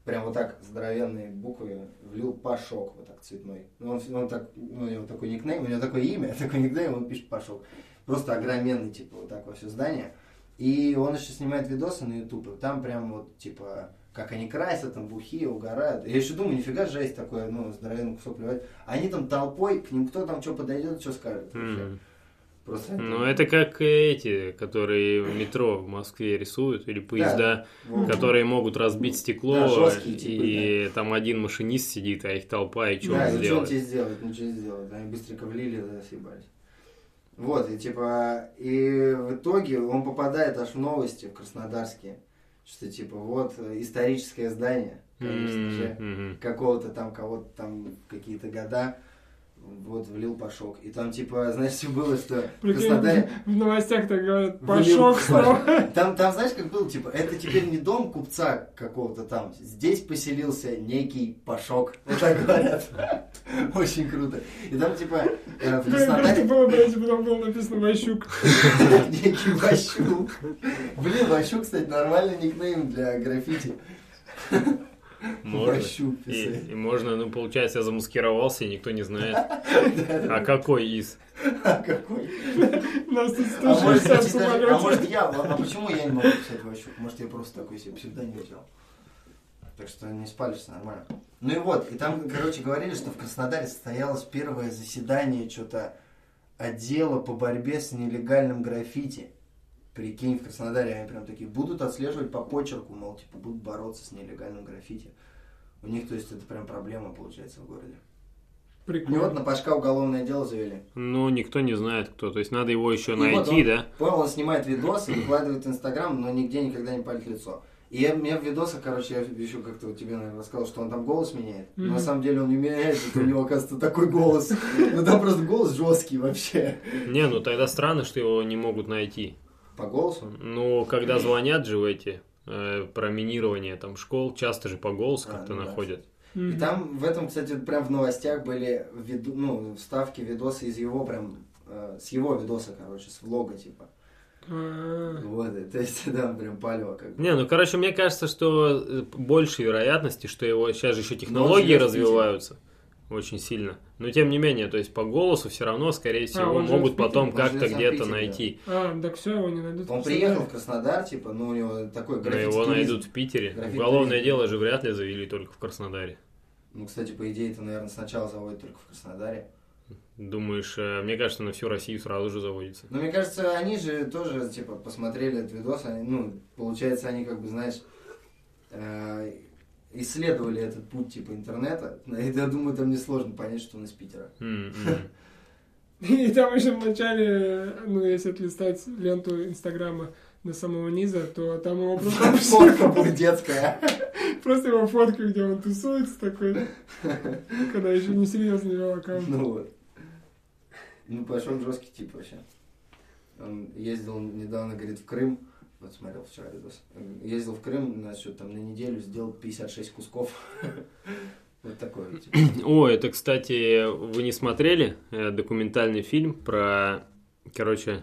C: Прям вот так здоровенные буквы влил Пашок, вот так цветной. Ну, он, вс- он так, ну, у него такой никнейм, у него такое имя, такой никнейм, он пишет Пашок. Просто огроменный, типа, вот так во все здание. И он еще снимает видосы на YouTube, и там прям вот, типа, как они красят, там бухие, угорают. Я еще думаю, нифига жесть такое, ну, здоровенный кусок плевать. Они там толпой, к ним кто там что подойдет, что скажет. вообще.
B: Мгм.
C: Просто
B: Ну это как эти, которые в метро в Москве рисуют, или поезда,
C: Вот.
B: которые могут разбить стекло,
C: Да, жесткие типы,
B: и там один машинист сидит, а их толпа, и что он
C: да, и что он
B: сделает?
C: тебе сделает? Ничего не сделает. Они быстренько влили, да, съебались. Вот, и типа, и в итоге он попадает аж в новости в Краснодарские, что типа вот э, историческое здание, конечно
B: М,
C: же,
B: мгм.
C: какого-то там, кого-то там, какие-то года, вот, влил Пашок. И там типа, знаете, было, что в Краснодаре...
A: Прикинь, в новостях так говорят,
C: Влил
A: пошок снова.
C: Пашок. Там, там, знаешь, как было, типа, это теперь не дом купца какого-то там. Здесь поселился некий Пашок. Вот так говорят. Очень круто. И там, типа, э, в
A: Что
C: Краснодаре
A: было, блядь, потом было написано Ващук.
C: некий Ващук. Блин, Ващук, кстати, нормальный никнейм для граффити.
B: Можно.
C: Ващук
B: И,
C: писать.
B: и можно, ну получается, я замаскировался, и никто не знает. А какой из?
C: А какой?
A: Нас тут
C: А может,
A: 160 в
C: кстати, даже- а
A: самолете.
C: может, я, а почему я не могу писать Ващук? Может, я просто такой себе псевдоним взял. Так что не спалишься нормально. Ну и вот, и там, короче, говорили, что в Краснодаре состоялось первое заседание что-то отдела по борьбе с нелегальным граффити. Прикинь, в Краснодаре они прям такие будут отслеживать по почерку, мол, типа, будут бороться с нелегальным граффити. У них, то есть, это прям проблема, получается, в городе. Ну и вот
A: Прикольно.
C: на Пашка уголовное дело завели.
B: Ну, никто не знает кто. То есть надо его еще
C: И вот
B: найти,
C: он-
B: да?
C: Понял, он снимает видосы, выкладывает в Инстаграм, но нигде никогда не палит лицо. И я, мне в видосах, короче, я еще как-то вот тебе, наверное, рассказал, что он там голос меняет. Но на
A: Мгм.
C: самом деле он не меняет, это у него, оказывается, такой голос. Ну там просто голос жесткий вообще.
B: Не, ну тогда странно, что его не могут найти.
C: По голосу?
B: Ну, когда звонят же в эти э, про минирование там школ, часто же по голосу
C: А,
B: как-то
C: ну да.
B: находят.
C: И
A: Мгм.
C: там в этом, кстати, прям в новостях были виду- ну, вставки, видосы из его прям, э, с его видоса, короче, с влога, типа.
A: А,
C: Вот, и то есть, да, прям палево как бы.
B: Не, ну короче, мне кажется, что э, больше вероятности, что его сейчас же еще технологии
C: живет в Питере.
B: развиваются очень сильно. Но тем не менее, то есть по голосу все равно, скорее всего,
A: А, он живет
B: могут
A: в Питере,
B: потом
C: он живет
B: как-то
C: в
B: где-то
C: Санкт-Петербурге.
B: найти.
A: А, так все, его не найдут.
C: Он приехал в Краснодар, типа, ну у него такой
B: Но его
C: граффити-туризм.
B: найдут в Питере.
C: Граффити
B: Уголовное
C: туризм.
B: дело же вряд ли завели только в Краснодаре.
C: Ну, кстати, по идее, это, наверное, сначала заводит только в Краснодаре.
B: Думаешь, э, мне кажется, на всю Россию сразу же заводится.
C: Но мне кажется, они же тоже, типа, посмотрели этот видос, они, ну, получается, они как бы, знаешь, э, исследовали этот путь, типа, интернета. И я думаю, там несложно понять, что он из Питера.
B: М, м.
A: И там еще в начале, ну, если отлистать ленту Инстаграма до самого низа, то Ну, там его
C: Там
A: просто...
C: фотка будет детская.
A: Просто его фотка, где он тусуется такой, когда еще не серьезно вел аккаунт.
C: Ну вот. Ну, пошел жесткий тип вообще. Он ездил недавно, говорит, в Крым. Вот смотрел вчера видос. Ездил в Крым, значит, там на неделю сделал 56 кусков. Вот такой типа.
B: О, это, кстати, вы не смотрели э, документальный фильм про, короче,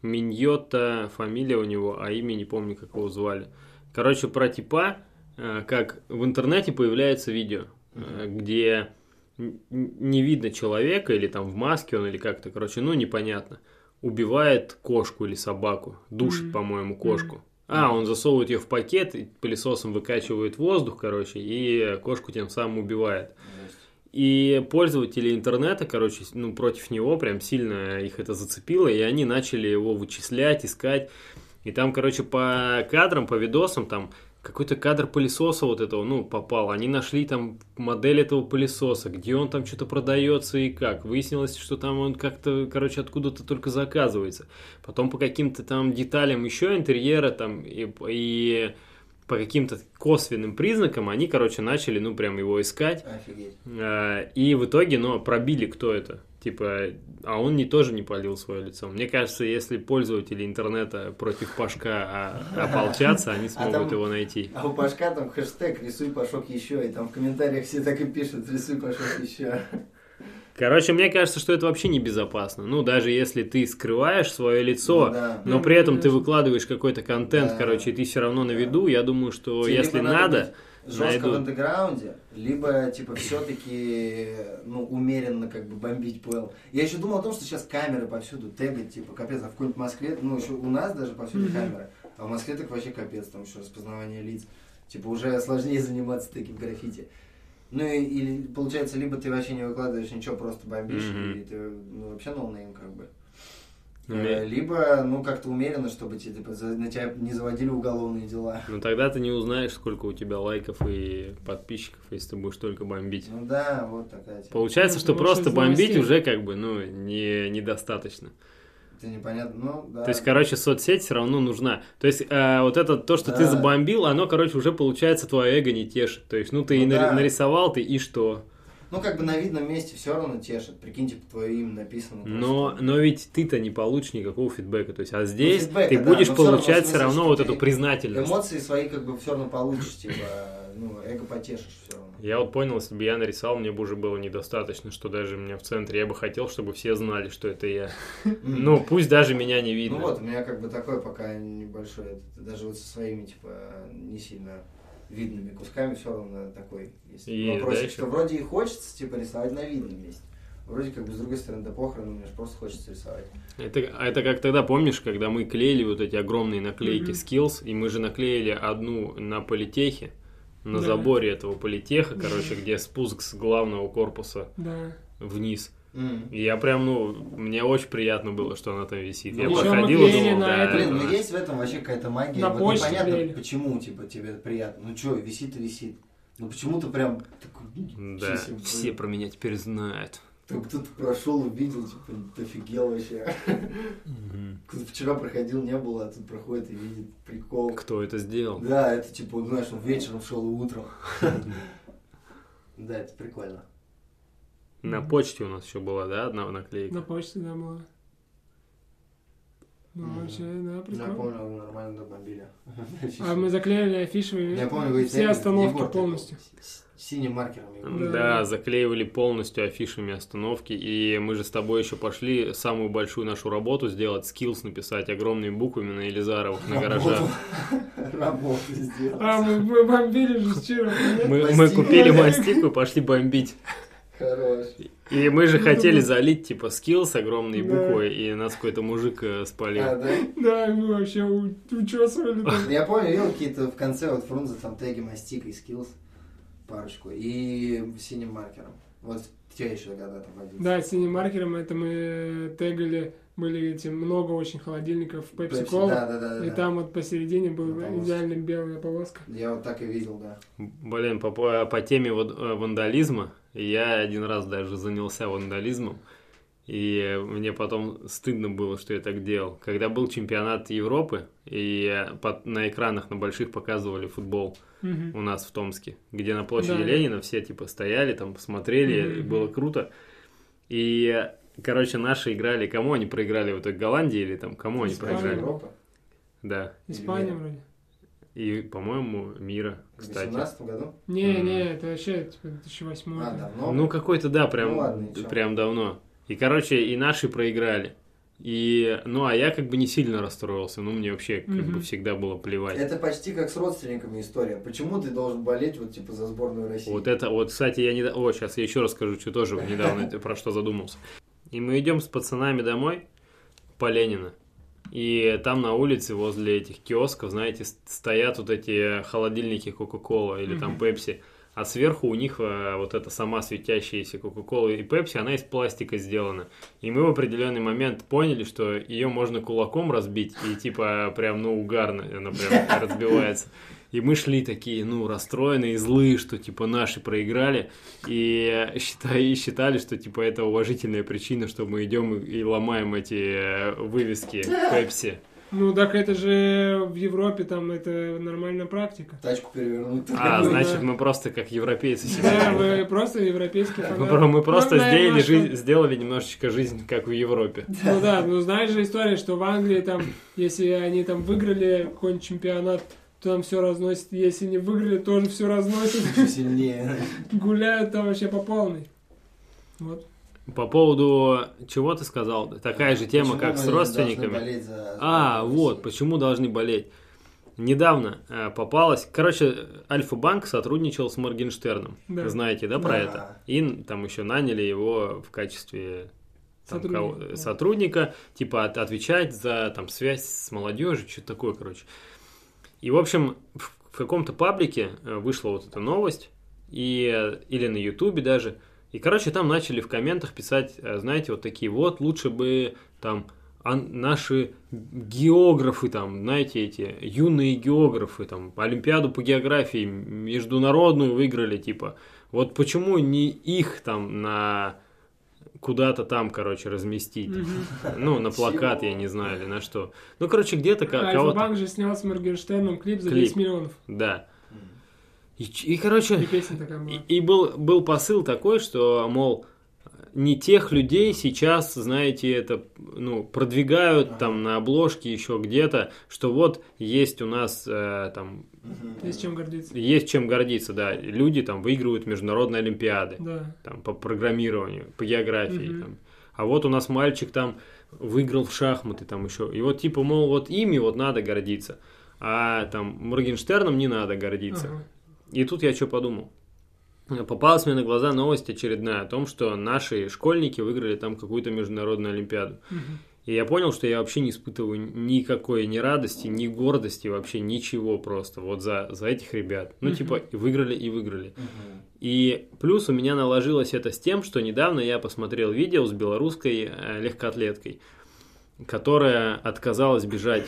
B: Миньота, фамилия у него, а имя не помню, как его звали. Короче, про типа, э, как в интернете появляется видео, э, где н- н- не видно человека, или там в маске он, или как-то, короче, ну, непонятно. Убивает кошку или собаку, душит,
A: Мгм.
B: по-моему, кошку. А, он засовывает ее в пакет, и пылесосом выкачивает воздух, короче, и кошку тем самым убивает.
C: Жесть.
B: И пользователи интернета, короче, с- ну, против него прям сильно их это зацепило, и они начали его вычислять, искать. И там, короче, по кадрам, по видосам, там какой-то кадр пылесоса вот этого, ну, попал. Они нашли там модель этого пылесоса, где он там что-то продается и как. Выяснилось, что там он как-то, короче, откуда-то только заказывается. Потом по каким-то там деталям еще интерьера там и, и по каким-то косвенным признакам они, короче, начали, ну, прям его искать.
C: Офигеть.
B: Э, И в итоге, но пробили, кто это. Типа, а он не тоже не полил свое лицо. Мне кажется, если пользователи интернета против Пашка а, ополчатся, они
C: А там-
B: смогут его найти.
C: А у Пашка там хэштег «Рисуй Пашок еще», и там в комментариях все так и пишут «Рисуй Пашок еще».
B: Короче, мне кажется, что это вообще небезопасно. Ну, даже если ты скрываешь свое лицо,
C: Ну да.
B: но
A: Ну,
B: при этом ты
A: конечно.
B: выкладываешь какой-то контент,
C: Да.
B: короче, и ты все равно на виду, я думаю, что
C: Тебе
B: если
C: либо
B: надо...
C: быть жестко
B: найдут.
C: в андеграунде, либо типа все-таки ну умеренно как бы бомбить понял. Я еще думал о том, что сейчас камеры повсюду тегают, типа капец, а в какой-нибудь Москве, ну еще у нас даже повсюду
A: Мгм.
C: камеры, а в Москве так вообще капец, там еще распознавание лиц, типа уже сложнее заниматься таким граффити. Ну и, и получается, либо ты вообще не выкладываешь ничего, просто бомбишь,
B: Мгм.
C: и ты ну, вообще ноунейм как бы. Э,
B: Мне-
C: Либо, ну, как-то умеренно, чтобы те- типа, за- на тебя не заводили уголовные дела.
B: Ну, тогда ты не узнаешь, сколько у тебя лайков и подписчиков, если ты будешь только бомбить.
C: Ну да, вот такая тема.
B: Получается,
A: Ну,
B: что
A: потому
B: просто
A: что из
B: бомбить
A: новостей.
B: уже как бы, ну, не, недостаточно.
C: Это непонятно, ну да.
B: То есть, короче, соцсеть все равно нужна. То есть, э, вот это то, что ты
C: Да.
B: забомбил, оно, короче, уже получается твое эго не тешит. То есть, ну, ты
C: Ну
B: и нари-
C: да.
B: нарисовал, ты и что?
C: Ну, как бы на видном месте все равно тешит. Прикинь, типа, твое имя написано. просто.
B: Но, но ведь ты-то не получишь никакого фидбэка. То есть, а здесь
C: фидбэка,
B: ты
C: да,
B: будешь
C: но всё равно,
B: получать
C: в
B: все
C: смысле,
B: равно
C: что
B: вот
C: ты
B: эту признательность.
C: Эмоции свои, как бы, все равно получишь, типа, ну, эго потешишь все равно.
B: Я вот понял, если бы я нарисовал, мне бы уже было недостаточно, что даже меня в центре. Я бы хотел, чтобы все знали, что это я.
C: М.
B: Ну, пусть даже меня не
C: Ну
B: видно.
C: вот, у меня как бы такое пока небольшое, это даже вот со своими, типа, не сильно видными кусками все равно такой есть.
B: И, да,
C: Вопросик,
B: ещё-
C: что вроде и хочется, типа, рисовать на видном месте. Вроде как бы, с другой стороны, да похрен, мне же просто хочется рисовать.
B: Это, а это как тогда, помнишь, когда мы клеили вот эти огромные наклейки
A: Мгм.
B: Skills, и мы же наклеили одну на политехе, на
A: Да.
B: заборе этого политеха, короче, где спуск с главного корпуса
A: Да.
B: вниз.
C: М.
B: И я прям, ну, мне очень приятно было, что она там висит.
C: Ну,
B: я
C: ещё мы
B: подходил и
A: клеили
B: думал,
A: на
B: да,
A: это-
C: Блин, ну
B: да.
C: есть в этом вообще какая-то магия.
A: Э, На
C: вот
A: почте
C: непонятно,
A: клеили.
C: почему типа тебе это приятно. Ну что, висит и висит. Ну почему-то прям такой, ну,
B: Да,
C: чисел,
B: все
C: блин.
B: про меня теперь знают.
C: Там кто-то прошел, увидел, типа, дофигел вообще. Кто-то вчера проходил, не было, а тут проходит и видит прикол.
B: Кто это сделал?
C: Да, это типа, он, знаешь, он вечером шел и утром. Да, это прикольно.
B: На почте у нас еще была, да, одна наклейка?
A: На почте, да, было. Ну,
C: Мгм.
A: вообще, да,
C: Я
A: прикольно.
C: помню, вы нормально добомбили.
A: А мы заклеили афиши
C: Я помню, вы
A: все
C: взяли
A: остановки
C: Егор типа. такой,
A: полностью.
C: с- с- Синим маркером.
A: Да.
C: Егор.
B: Да. заклеивали полностью афишами остановки, и мы же с тобой еще пошли самую большую нашу работу сделать, скиллс написать огромными буквами на Елизаровых, на гаражах.
C: Работу. Работу сделал.
A: А, мы, мы бомбили же вчера.
B: Мы,
C: Мастик.
B: мы купили мастику и пошли бомбить.
C: Хорош.
B: И мы же хотели залить, типа, скиллс огромные
A: Да.
B: буквы, и нас какой-то мужик э,
C: А,
B: спалил.
C: да.
A: Да, мы вообще у- учесывали. там.
C: Я помню, видел какие-то в конце вот Фрунзе там теги мастика и скиллс парочку и синим маркером. Вот те еще года там один.
A: Да, синим маркером это мы тегали, были эти много очень холодильников в Pepsi
C: Пепси,
A: Cola,
C: Да, да, да, да.
A: и
C: да.
A: там вот посередине
C: Ну,
A: была
C: полоска.
A: идеально белая полоска.
C: Я вот так и видел, да.
B: Блин, по, по- по теме вот, э, вандализма, я один раз даже занялся вандализмом, и мне потом стыдно было, что я так делал. Когда был чемпионат Европы, и э, под- на экранах на больших показывали футбол
A: Мгм.
B: у нас в Томске, где на площади
A: Да.
B: Ленина все типа стояли, там
A: Мгм,
B: посмотрели,
A: мгм.
B: было круто. И, э, короче, наши играли, кому они проиграли, в итоге Голландии или там, кому они
A: Испания.
B: проиграли?
C: Европа.
B: Да,
A: Испания
C: Или-
A: вроде.
B: и, по-моему, мира,
C: В
B: кстати.
C: 18 году?
A: Не,
B: Мгм.
A: не, это вообще типа 2008
C: А,
A: год.
C: давно.
B: Ну, какой-то, да, прям,
C: Ну ладно, ничего.
B: прям давно. И, короче, и наши проиграли. И, ну, а я как бы не сильно расстроился. Ну, мне вообще как
A: Мгм.
B: бы всегда было плевать.
C: Это почти как с родственниками история. Почему ты должен болеть вот типа за сборную России?
B: Вот это, вот, кстати, я не... О, сейчас я еще расскажу, что тоже недавно это- про что задумался. И мы идем с пацанами домой по Ленина. И там на улице возле этих киосков, знаете, с- стоят вот эти холодильники Кока-Кола или там
A: Мгм.
B: Пепси. А сверху у них э, вот эта сама светящаяся Кока-Кола и Пепси, она из пластика сделана. И мы в определенный момент поняли, что ее можно кулаком разбить, и типа прям, ну, угарно, она прям разбивается. И мы шли такие, ну, расстроенные, злые, что, типа, наши проиграли. И считали, и считали что, типа, это уважительная причина, что мы идем и, и ломаем эти э, вывески Пепси.
A: Ну так это же в Европе там это нормальная практика.
C: Тачку перевернуть.
B: А,
A: Ну,
B: значит,
A: да.
B: мы просто как европейцы
A: Да,
B: себя.
A: вы просто европейский
B: Мы,
A: фанат.
B: про- мы просто
A: Ну, наверное,
B: сделали,
A: что-
B: жизнь, сделали немножечко жизнь, как в Европе.
A: Ну да, ну знаешь же история, что в Англии там, если они там выиграли какой-нибудь чемпионат, то там все разносит. Если не выиграли, тоже все разносит.
C: Еще сильнее.
A: Гуляют там вообще по полной. Вот.
B: По поводу чего ты сказал? Такая же тема,
C: Почему
B: как
C: мы
B: с
C: должны
B: родственниками.
C: болеть за сборную
B: А,
C: России?
B: вот, почему должны болеть. Недавно э, попалась... Короче, Альфа-банк сотрудничал с Моргенштерном.
A: Да.
B: Знаете, да, про
C: Да.
B: это? И н- там еще наняли его в качестве там,
A: Сотрудника.
B: кого- э, сотрудника, типа от- отвечать за там связь с молодежью, что-то такое, короче. И, в общем, в, в каком-то паблике э, вышла вот эта новость, и, э, или на Ютубе даже. И, короче, там начали в комментах писать, э, знаете, вот такие вот, лучше бы там ан- наши географы, там, знаете, эти юные географы, там, Олимпиаду по географии международную выиграли, типа. Вот почему не их там на куда-то там, короче, разместить?
A: Мгм.
B: Ну, на плакат,
C: Чего?
B: я не знаю, или на что. Ну, короче, где-то ко- кого-то...
A: Альфа-банк же снял с Моргенштерном клип за
B: Клип.
A: 10 миллионов.
B: Да.
C: Мгм.
B: И, ч- и,
A: И
B: короче,
A: песня такая была.
B: и, и был, был посыл такой, что, мол, не тех людей сейчас, знаете, это, ну, продвигают
C: Ага.
B: там на обложке еще где-то, что вот есть у нас э, там,
C: Мгм.
A: Есть чем гордиться.
B: есть чем гордиться, да, люди там выигрывают международные олимпиады.
A: Да.
B: там, по программированию, по географии.
A: Мгм.
B: там. А вот у нас мальчик там выиграл в шахматы там еще. И вот типа, мол, вот ими вот надо гордиться. А там Моргенштерном не надо гордиться.
A: Ага.
B: И тут я что подумал. Попалась мне на глаза новость очередная о том, что наши школьники выиграли там какую-то международную олимпиаду.
A: Мгм.
B: И я понял, что я вообще не испытываю никакой ни радости, ни гордости, вообще ничего просто вот за, за этих ребят. Ну,
A: Мгм.
B: типа, выиграли и выиграли.
C: Мгм.
B: И плюс у меня наложилось это с тем, что недавно я посмотрел видео с белорусской э, легкоатлеткой, которая отказалась бежать.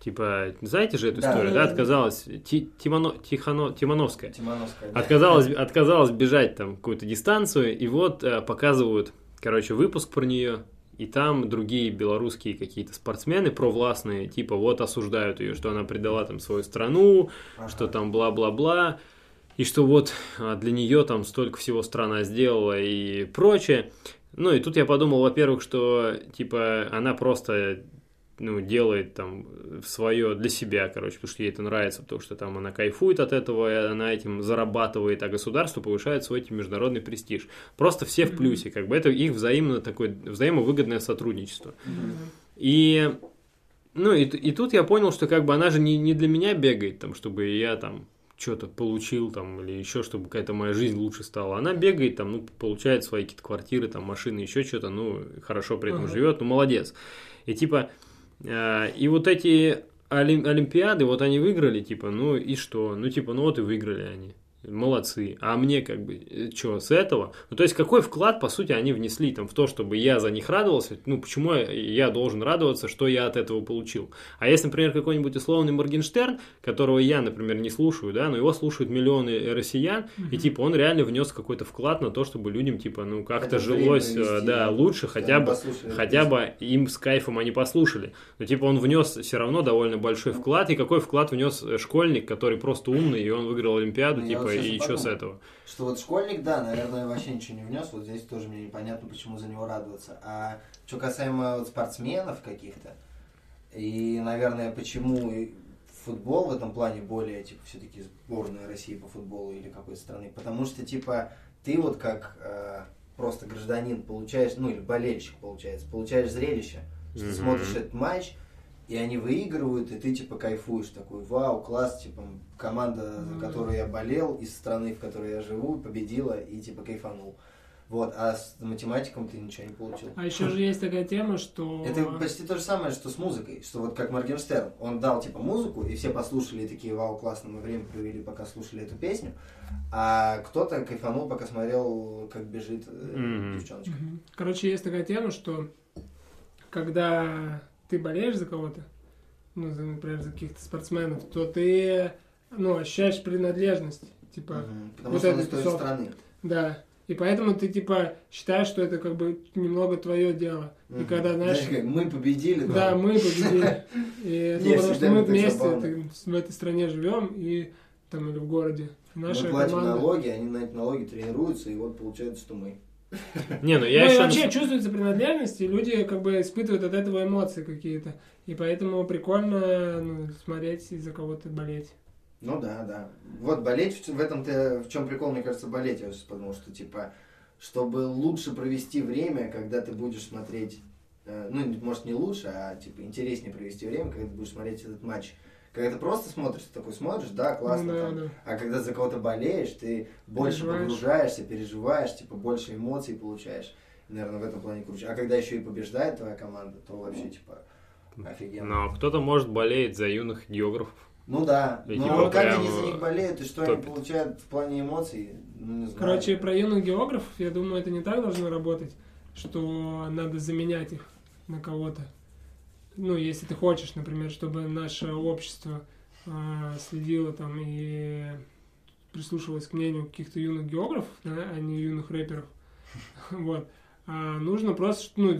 B: Типа, знаете же эту
C: Да,
B: историю,
A: да,
B: да?
A: да.
B: Отказалась. Ти- Тимоно- Тихоно- Тимановская.
C: Тимановская. да.
B: Отказалась, отказалась бежать там какую-то дистанцию, и вот э, показывают, короче, выпуск про нее, и там другие белорусские какие-то спортсмены провластные, типа, вот осуждают ее, что она предала там свою страну,
C: Ага.
B: что там бла-бла-бла, и что вот а, для нее там столько всего страна сделала и прочее. Ну и тут я подумал, во-первых, что типа она просто ну, делает там свое для себя, короче, потому что ей это нравится, потому что там она кайфует от этого, и она этим зарабатывает, а государство повышает свой этим международный престиж. Просто все в
A: Мгм.
B: плюсе, как бы это их взаимно такое, взаимовыгодное сотрудничество.
C: Мгм.
B: И, ну, и, т- и тут я понял, что как бы она же не, не для меня бегает, там, чтобы я там что-то получил там или еще, чтобы какая-то моя жизнь лучше стала. Она бегает там, ну, получает свои какие-то квартиры, там, машины, еще что-то, ну, хорошо при этом
A: Ага.
B: живет, ну, молодец. И типа, э, и вот эти олим- Олимпиады, вот они выиграли, типа, ну и что? Ну, типа, ну вот и выиграли они. молодцы. А мне как бы, что, с этого? Ну, то есть, какой вклад, по сути, они внесли там в то, чтобы я за них радовался? Ну, почему я- я должен радоваться, что я от этого получил? А если, например, какой-нибудь условный Моргенштерн, которого я, например, не слушаю, да, но его слушают миллионы э, россиян, и,
A: Мгм.
B: типа, он реально внес какой-то вклад на то, чтобы людям, типа, ну, как-то
C: Это
B: жилось,
C: время
B: э,
C: вести,
B: да,
C: да.
B: лучше хотя
C: Они
B: бы,
C: послушали
B: хотя
C: песню.
B: бы им с кайфом они послушали. Но, типа, он внес все равно довольно большой вклад, и какой вклад внес э, школьник, который просто умный, и он выиграл Олимпиаду,
C: Ну, я
B: типа,
C: вот
B: и
C: сейчас и
B: что с
C: подумал.
B: этого?
C: Что вот школьник, да, наверное, вообще ничего не внес. Вот здесь тоже мне непонятно, почему за него радоваться. А что касаемо вот спортсменов каких-то, и, наверное, почему и футбол в этом плане более, типа, все-таки сборная России по футболу или какой-то страны. Потому что, типа, ты вот как э, просто гражданин получаешь, ну или болельщик получается, получаешь зрелище, что ты
B: Мгм.
C: смотришь этот матч, и они выигрывают, и ты типа кайфуешь, такой, вау, класс, типа, команда,
A: Ну
C: за
A: да.
C: которую я болел, из страны, в которой я живу, победила и типа кайфанул. Вот, а с математиком ты ничего не получил.
A: А ну, еще же есть такая тема, что...
C: Это почти то же самое, что с музыкой, что вот как Моргенштерн, он дал типа музыку, и все послушали и такие, вау, классно, мы время провели, пока слушали эту песню, а кто-то кайфанул, пока смотрел, как бежит э,
B: Мгм.
C: девчоночка.
A: Мгм. Короче, есть такая тема, что когда ты болеешь за кого-то, ну, за, например, за каких-то спортсменов, то ты, ну, ощущаешь принадлежность, типа,
C: Мгм. Потому
A: Вот
C: что он
A: этот
C: из той же
A: песок.
C: страны.
A: да. И поэтому ты, типа, считаешь, что это как бы немного твое дело. И
C: Мгм.
A: когда, знаешь,
C: как мы победили,
A: да, мы победили. И, ну,
C: Не,
A: потому что
C: всегда
A: мы
C: мне так
A: вместе
C: забавно.
A: ты- в этой стране живем, и там, или в городе. И
C: мы
A: Наша
C: платим
A: команда.
C: налоги, они на эти налоги тренируются, и вот получается, что мы.
B: Не, ну
A: Ну
B: я
A: и
B: еще...
A: вообще чувствуется принадлежность, и люди как бы испытывают от этого эмоции какие-то. И поэтому прикольно ну, смотреть и за кого-то болеть.
C: Ну да, да. Вот болеть, в в этом-то, в чем прикол, мне кажется, болеть, я сейчас подумал, что типа, чтобы лучше провести время, когда ты будешь смотреть, э, ну, может, не лучше, а типа интереснее провести время, когда ты будешь смотреть этот матч. Когда ты просто смотришь, ты такой смотришь, да, классно,
A: Ну,
C: там,
A: да, да.
C: А когда за кого-то болеешь, ты больше
A: Переживаешь.
C: погружаешься, переживаешь, типа больше эмоций получаешь. Наверное, в этом плане круче. А когда еще и побеждает твоя команда, то
A: Ну,
C: вообще типа офигенно.
B: Но кто-то, может, болеет за юных географов.
C: Ну да.
B: И
C: Но
A: типа
B: его
C: как
B: прям
C: они за них болеют и что они
B: топит.
C: получают в плане эмоций, ну не знаю.
A: Короче, про юных географов, я думаю, это не так должно работать, что надо заменять их на кого-то. Ну, если ты хочешь, например, чтобы наше общество а, следило там и прислушивалось к мнению каких-то юных географов, да, а не юных рэперов. Вот. А нужно просто ну,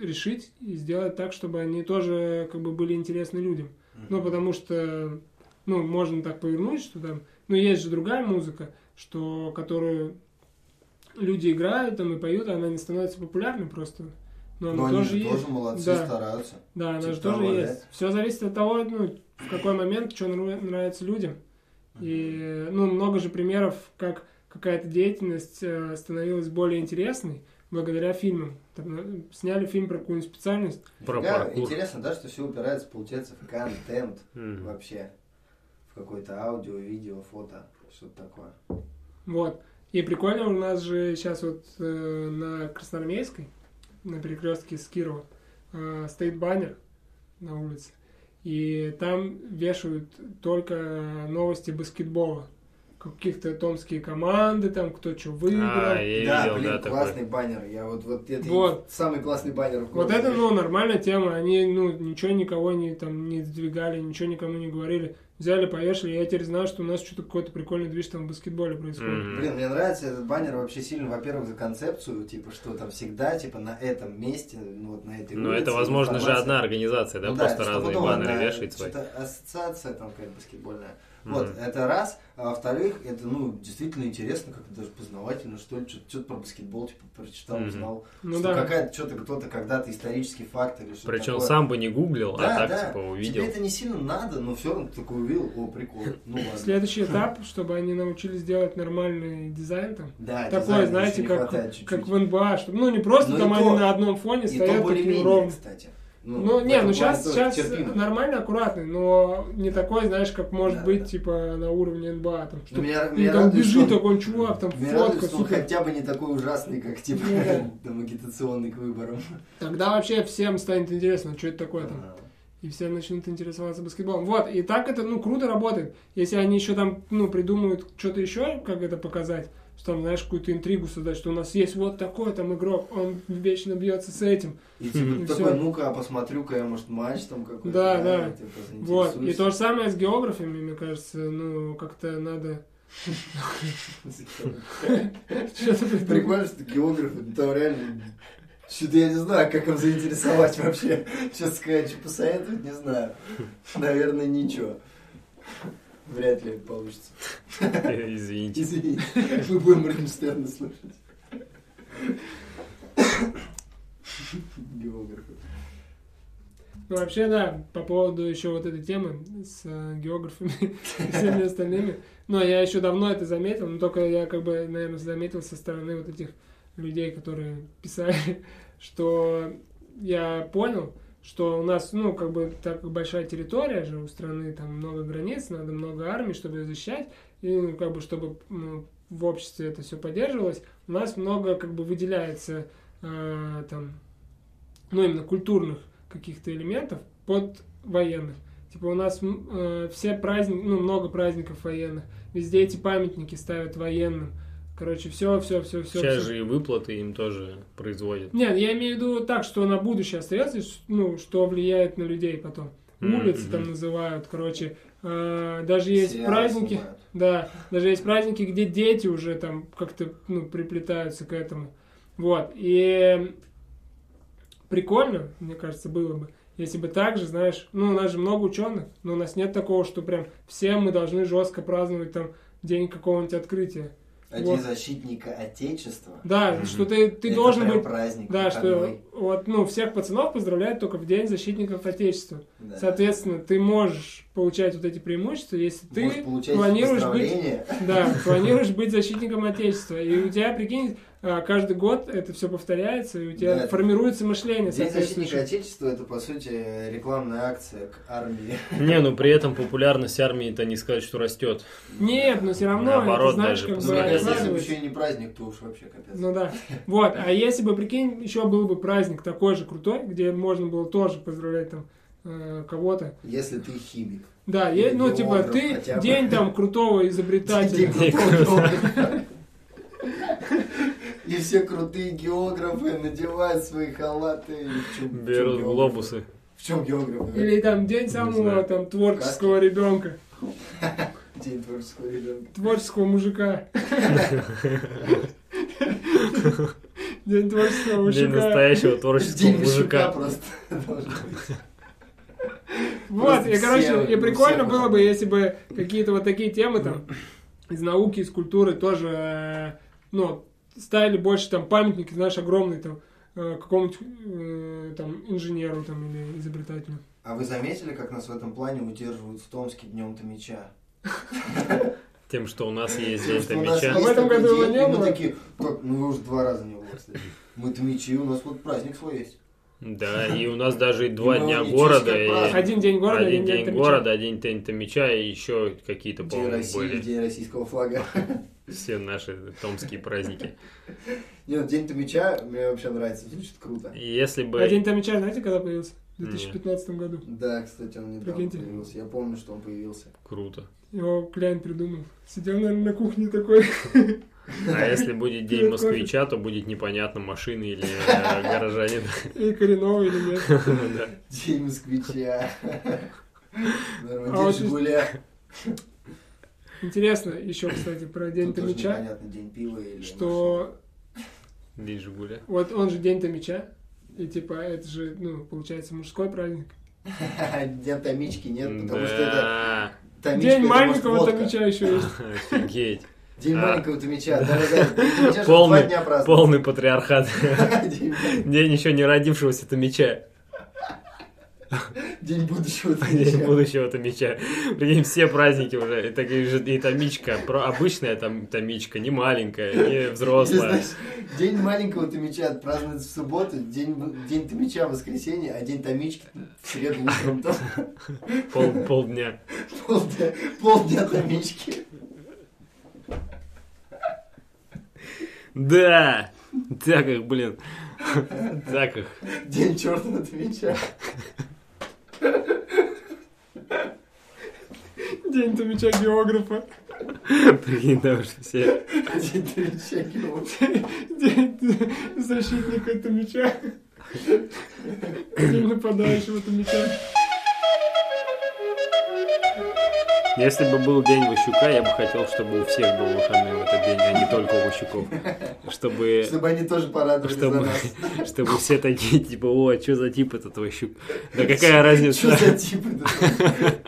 A: решить и сделать так, чтобы они тоже как бы были интересны людям. Ну, потому что, ну, можно так повернуть, что там, ну, есть же другая музыка, что, которую люди играют там и поют, а она не становится популярной просто. Но она
C: Но они
A: тоже
C: же
A: есть.
C: тоже молодцы,
A: Да.
C: стараются.
A: Да, она
C: типа
A: же тоже
C: того, да?
A: есть. Все зависит от того, ну, в какой момент, что нравится людям. И, ну, много же примеров, как какая-то деятельность э, становилась более интересной благодаря фильмам. Там, э, сняли фильм про какую-нибудь специальность.
B: Про
C: Нифига,
B: паркур.
C: Интересно, да, что все упирается, получается, в контент
B: М.
C: вообще. В какое-то аудио, видео, фото, что-то такое.
A: Вот. И прикольно, у нас же сейчас вот э, на Красноармейской, на перекрестке с Кирова, э, стоит баннер на улице. И там вешают только новости баскетбола. Каких-то томские команды, там кто что выиграл.
B: А, я
C: Ну, да,
B: видел,
C: блин,
B: да, такой.
C: классный баннер. Я вот, вот это и
A: Вот.
C: самый классный баннер в
A: Вот
C: городе.
A: это, ну, нормальная тема. Они, ну, ничего никого не там не сдвигали, ничего никому не говорили. Взяли, повешали. Я теперь знаю, что у нас что-то какой-то прикольный движ там в баскетболе происходит.
B: Мгм.
C: Блин, мне нравится этот баннер вообще сильно, во-первых, за концепцию, типа, что там всегда, типа, на этом месте, ну, вот на этой
B: Ну,
C: улице
B: это, возможно, же
C: информация.
B: одна организация, да,
C: Ну
B: просто
C: это
B: разные
C: стопудово
B: баннеры
C: одна
B: вешает свои.
C: что-то ассоциация там какая-то баскетбольная.
B: Мгм.
C: Вот, это раз. А во-вторых, это, ну, действительно интересно, как-то даже познавательно, что ли, что-то, про баскетбол, типа, прочитал,
B: Мгм.
C: узнал.
A: Ну
C: что
A: да.
C: какая-то, что-то кто-то когда-то исторический факт или что-то
B: Причем
C: такое.
B: сам бы не гуглил,
C: да,
B: а так,
C: да.
B: типа, увидел.
C: Тебе это не сильно надо, но все равно ты такой увидел, о, прикол, ну ладно.
A: Следующий этап, чтобы они научились делать нормальный дизайн там.
C: Да,
A: Такое,
C: дизайна
A: знаете,
C: еще А, не
A: как,
C: хватает чуть-чуть.
A: как в НБА, чтобы, ну, не просто
C: Ну и
A: там они
C: то.
A: на одном фоне
C: И
A: стоят
C: то
A: такие
C: более-менее,
A: ровно.
C: кстати.
A: Ну,
C: в
A: не,
C: этом
A: ну
C: плане
A: сейчас,
C: тоже
A: сейчас
C: терпимо.
A: нормально аккуратный, но не такой, знаешь, как может
C: Да,
A: быть,
C: да.
A: типа, на уровне НБА. Там, что
C: Ну, меня,
A: и
C: меня
A: там
C: радует,
A: бежит
C: что он-
A: такой чувак, там
C: меня
A: фотка,
C: радует, что он
A: супер.
C: хотя бы не такой ужасный, как типа
A: Ну да.
C: там агитационный к выборам. А,
A: Тогда вообще всем станет интересно, что это такое там.
C: Ага.
A: и все начнут интересоваться баскетболом. Вот, и так это, ну, круто работает. Если они еще там, ну, придумают что-то еще, как это показать, что там, знаешь, какую-то интригу создать, что у нас есть вот такой там игрок, он вечно бьется с этим.
C: И типа
A: И
C: такой,
A: всё.
C: ну-ка, посмотрю-ка я, может, матч там какой-то.
A: Да, да.
C: типа,
A: Вот, и
C: заинтересуюсь.
A: то же самое с географами, мне кажется, ну, как-то надо что-то придумать.
C: Прикольно, что географы, ну, там реально... Что-то я не знаю, как им заинтересовать вообще. Сейчас сказать, что посоветовать, не знаю. Наверное, ничего. Вряд ли получится.
B: Извините.
C: Извините, мы будем Моргенштерна слушать. Географы.
A: Ну, вообще, да, по поводу еще вот этой темы с э, географами и всеми остальными. Но я еще давно это заметил, но только я как бы, наверное, заметил со стороны вот этих людей, которые писали, что я понял, что у нас, ну, как бы, так как большая территория же у страны, там много границ, надо много армий, чтобы ее защищать, и, ну, как бы, чтобы ну, в обществе это все поддерживалось, у нас много, как бы, выделяется, э, там, ну, именно культурных каких-то элементов под военных. Типа у нас м, э, все праздники, ну, много праздников военных. Везде эти памятники ставят военным. Короче, все, все, все, все.
B: Сейчас же и выплаты им тоже производят.
A: Нет, я имею в виду так, что на будущее остается, с- ну, что влияет на людей потом.
B: М,
A: Улицы там
B: мгм.
A: называют, короче. э, даже есть
C: Сериалы
A: праздники,
C: снимают.
A: да, даже есть праздники, где дети уже там как-то, ну, приплетаются к этому. Вот, и прикольно, мне кажется, было бы, если бы так же, знаешь, ну, у нас же много ученых, но у нас нет такого, что прям все мы должны жестко праздновать там день какого-нибудь открытия.
C: А
A: Вот.
C: День защитника Отечества.
A: Да,
B: Мгм.
A: что ты, ты
C: Это
A: должен
C: прям
A: быть
C: праздник.
A: да, что
C: выходной.
A: вот, ну, всех пацанов поздравляют только в День защитников Отечества.
C: Да.
A: Соответственно, ты можешь получать вот эти преимущества, если ты
C: Можешь получать
A: планируешь быть,
C: поздравления.
A: да, планируешь быть защитником Отечества. И у тебя, прикинь, а, каждый год это все повторяется, и у тебя
C: Да.
A: формируется мышление.
C: День защитника
A: соответствующее.
C: Отечества это по сути рекламная акция к армии.
B: Не, ну при этом популярность армии-то не сказать, что растет.
A: Нет, но все равно,
B: Наоборот,
A: это, знаешь,
B: даже
A: как
C: Ну,
A: бы
C: мне кажется, если бы
A: оказывается-
C: еще и не праздник, то уж вообще капец.
A: Ну да. Вот. А если бы, прикинь, еще был бы праздник такой же крутой, где можно было тоже поздравлять там э, кого-то.
C: Если ты химик.
A: Да, я- ну
C: Или
A: типа
C: географ
A: ты
C: хотя бы.
A: день там крутого изобретателя.
C: Ты крутой географ. И все крутые географы надевают свои халаты. и в чем- в чем
B: Берут
C: географы?
B: глобусы.
C: В чем географы?
A: Или там день самого
B: знаю.
A: там творческого ребенка,
C: День творческого ребенка.
A: творческого мужика. День творческого
B: День
A: мужика.
B: настоящего творческого
C: День мужика
B: мужика.
C: просто должен быть.
A: Вот, и
C: Просто
A: короче,
C: все-
A: и прикольно
C: все
A: было бы,
C: познакомились.
A: если бы какие-то вот такие темы там из науки, из культуры тоже, э, ну, ставили больше там памятники, знаешь, огромные там э, какому-нибудь э, там инженеру там или изобретателю.
C: А вы заметили, как нас в этом плане удерживают в Томске днем-то меча?
B: Тем, что у нас есть
C: Потому
B: день-то
C: что у нас
B: меча.
A: А
C: есть
A: в этом
C: такой
A: году его
C: день,
A: не
C: и ну, Мы
A: было?
C: такие, как, ну вы уже два раза не было, кстати. Мы-то мечи, у нас вот праздник свой есть.
B: Да, и у нас даже и два
C: Ну,
B: дня
C: ничего
B: города,
C: себе
B: и
C: праздник.
A: Один день города,
B: один
A: день
B: день
A: Томича.
B: города, один день меча, и еще какие-то,
C: День
B: по-моему,
C: России,
B: были
C: День российского флага.
B: все наши томские праздники.
C: Нет, ну, День-то меча мне вообще нравится, звучит круто.
B: И Если бы...
A: А день Томича, знаете, когда появился? В
B: Нет.
A: 2015 году.
C: Да, кстати, он недавно
A: Прикиньте.
C: появился. Я помню, что он появился.
B: Круто.
A: Его Кляйн придумал. Сидел, наверное, на кухне такой.
B: А если будет день
A: Пьет
B: москвича, то будет непонятно, машины или э, горожанин.
A: И коренного или нет.
B: Да.
C: День москвича. Наверное,
A: А
C: День
A: вот
C: Жигуля.
A: Интересно еще, кстати, про День
C: Тут тоже
A: Томича,
C: непонятно, День пива или...
A: что
B: День Жигуля.
A: вот он же День Томича, и типа это же, ну, получается, мужской праздник.
C: машины. Дня Томички нет, потому что это...
B: Да.
C: Томичка,
A: День
C: это,
A: маленького
C: может, водка.
A: Томича еще есть.
B: Офигеть.
C: День
B: А.
C: маленького Томича. Да-да-да, День Томича же
B: Полный-
C: два дня празднуется.
B: Полный патриархат.
C: День
B: День еще не родившегося Томича.
C: День будущего
B: День
C: Томича.
B: будущего Томича. Прикинь, все праздники уже. Это же и Томичка. Про- Обычная там Томичка, не маленькая, не
C: Или,
B: взрослая.
C: знаешь, день маленького Томича празднуется в субботу, день, день Томича в воскресенье, а день Томички в среду утром. Там
B: Пол- Полдня.
C: полдня, полдня Томички.
B: Да! Так их, блин. Так их.
C: День черного Томича.
A: День Томича географа.
B: Прикинь, да, что все...
C: День Томича географа.
A: День защитника Томича. День нападающего Томича.
B: Ну, Если бы был день Ващука, я бы хотел, чтобы у всех был выходной в этот день, а не только у Ващуков. Чтобы...
C: Чтобы они тоже порадовались за
B: Э, Чтобы,
C: нас.
B: чтобы все такие, типа, о, а что за тип этот Ващук? Да какая разница?
C: Что за типы? тут?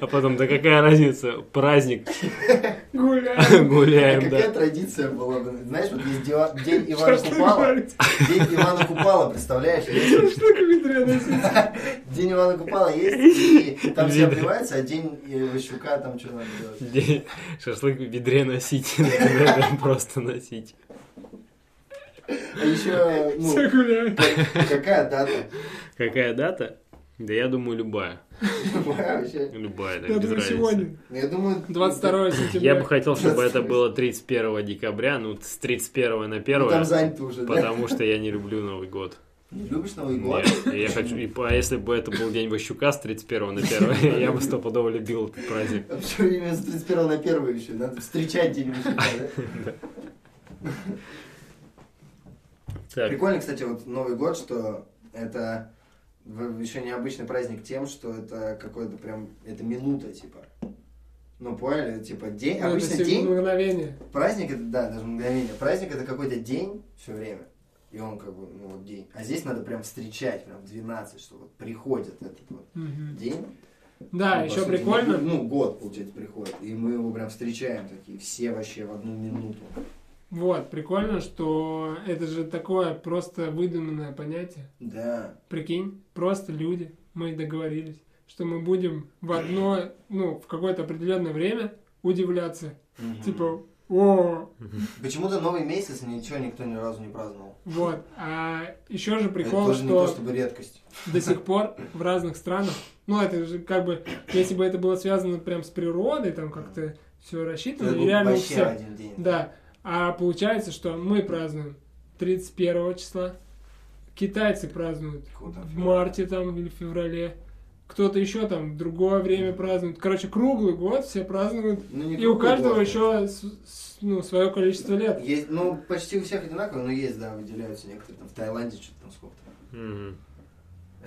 B: А потом, да какая разница? Праздник,
A: Гуляем.
C: А
B: гуляем,
C: Какая
B: да.
C: традиция была бы? Знаешь, вот есть дела- день Ивана
A: Шашлык
C: Купала.
A: варить.
C: День Ивана Купала, представляешь? Есть
A: Шашлык в ведре носить.
C: День Ивана Купала есть, и там все
B: Видно.
C: обливаются, а день э, Ващука там что надо делать?
B: Где Шашлык в ведре носить, наверное, просто носить.
C: А еще,
A: Все
C: ну,
A: гуляют.
C: какая дата?
B: Какая дата? Да я думаю, любая.
C: Вообще.
B: Любая, да,
A: Я
B: без
A: думаю,
B: разницы.
A: сегодня.
C: Ну, Я думаю...
A: 22 сентября.
B: Я бы хотел, чтобы это было 31 декабря, ну, с 31 на
C: ну,
B: 1,
C: Там занято уже, да?
B: потому что я не люблю Новый год.
C: Не любишь Новый год?
B: Нет, и я хочу, и, по- а если бы это был день Ващука с 31 на 1, я бы стопудово любил этот праздник.
C: А почему именно с 31 на 1 еще? Надо встречать день Ващука, да?
B: Так,
C: Прикольно, кстати, вот Новый год, что это в- еще необычный праздник тем, что это какой-то прям... Это минута, типа. Ну, поняли? Типа, день...
A: Это
C: Обычно
A: сиг-
C: день...
A: мгновение.
C: Праздник это, да, даже мгновение. Праздник это какой-то день все время. И он как бы, ну вот день. А здесь надо прям встречать, прям в 12, что вот приходит этот вот
A: Мгм.
C: день.
A: Да,
C: Ну, по
A: еще
C: сути,
A: прикольно.
C: Ну, год, получается, приходит. И мы его прям встречаем такие, все вообще в одну минуту.
A: Вот, прикольно, что это же такое просто выдуманное понятие.
C: Да.
A: Прикинь, просто люди, мы договорились, что мы будем в одно, ну, в какое-то определенное время удивляться.
C: Мгм.
A: Типа, о,
C: Почему-то новый месяц ничего никто ни разу не праздновал.
A: вот. А еще же
C: это
A: прикол,
C: тоже не то,
A: что
C: чтобы редкость.
A: до сих пор в разных странах, ну, это же как бы, если бы это было связано прям с природой, там как-то все рассчитано,
C: Это
A: и
C: был
A: реально у
C: вообще
A: всех.
C: один день.
A: Да. А получается, что мы празднуем 31 числа, китайцы празднуют
C: Какого там
A: в
C: февраля?
A: марте там или в феврале, кто-то еще там в другое время празднует. Короче, круглый год все празднуют,
C: Ну, не
A: и у
C: круглый
A: каждого
C: год.
A: еще с- с- ну, свое количество лет.
C: Есть, ну, почти у всех одинаково, но есть, да, выделяются некоторые. Там в Таиланде что-то там сколько-то.
B: мгм.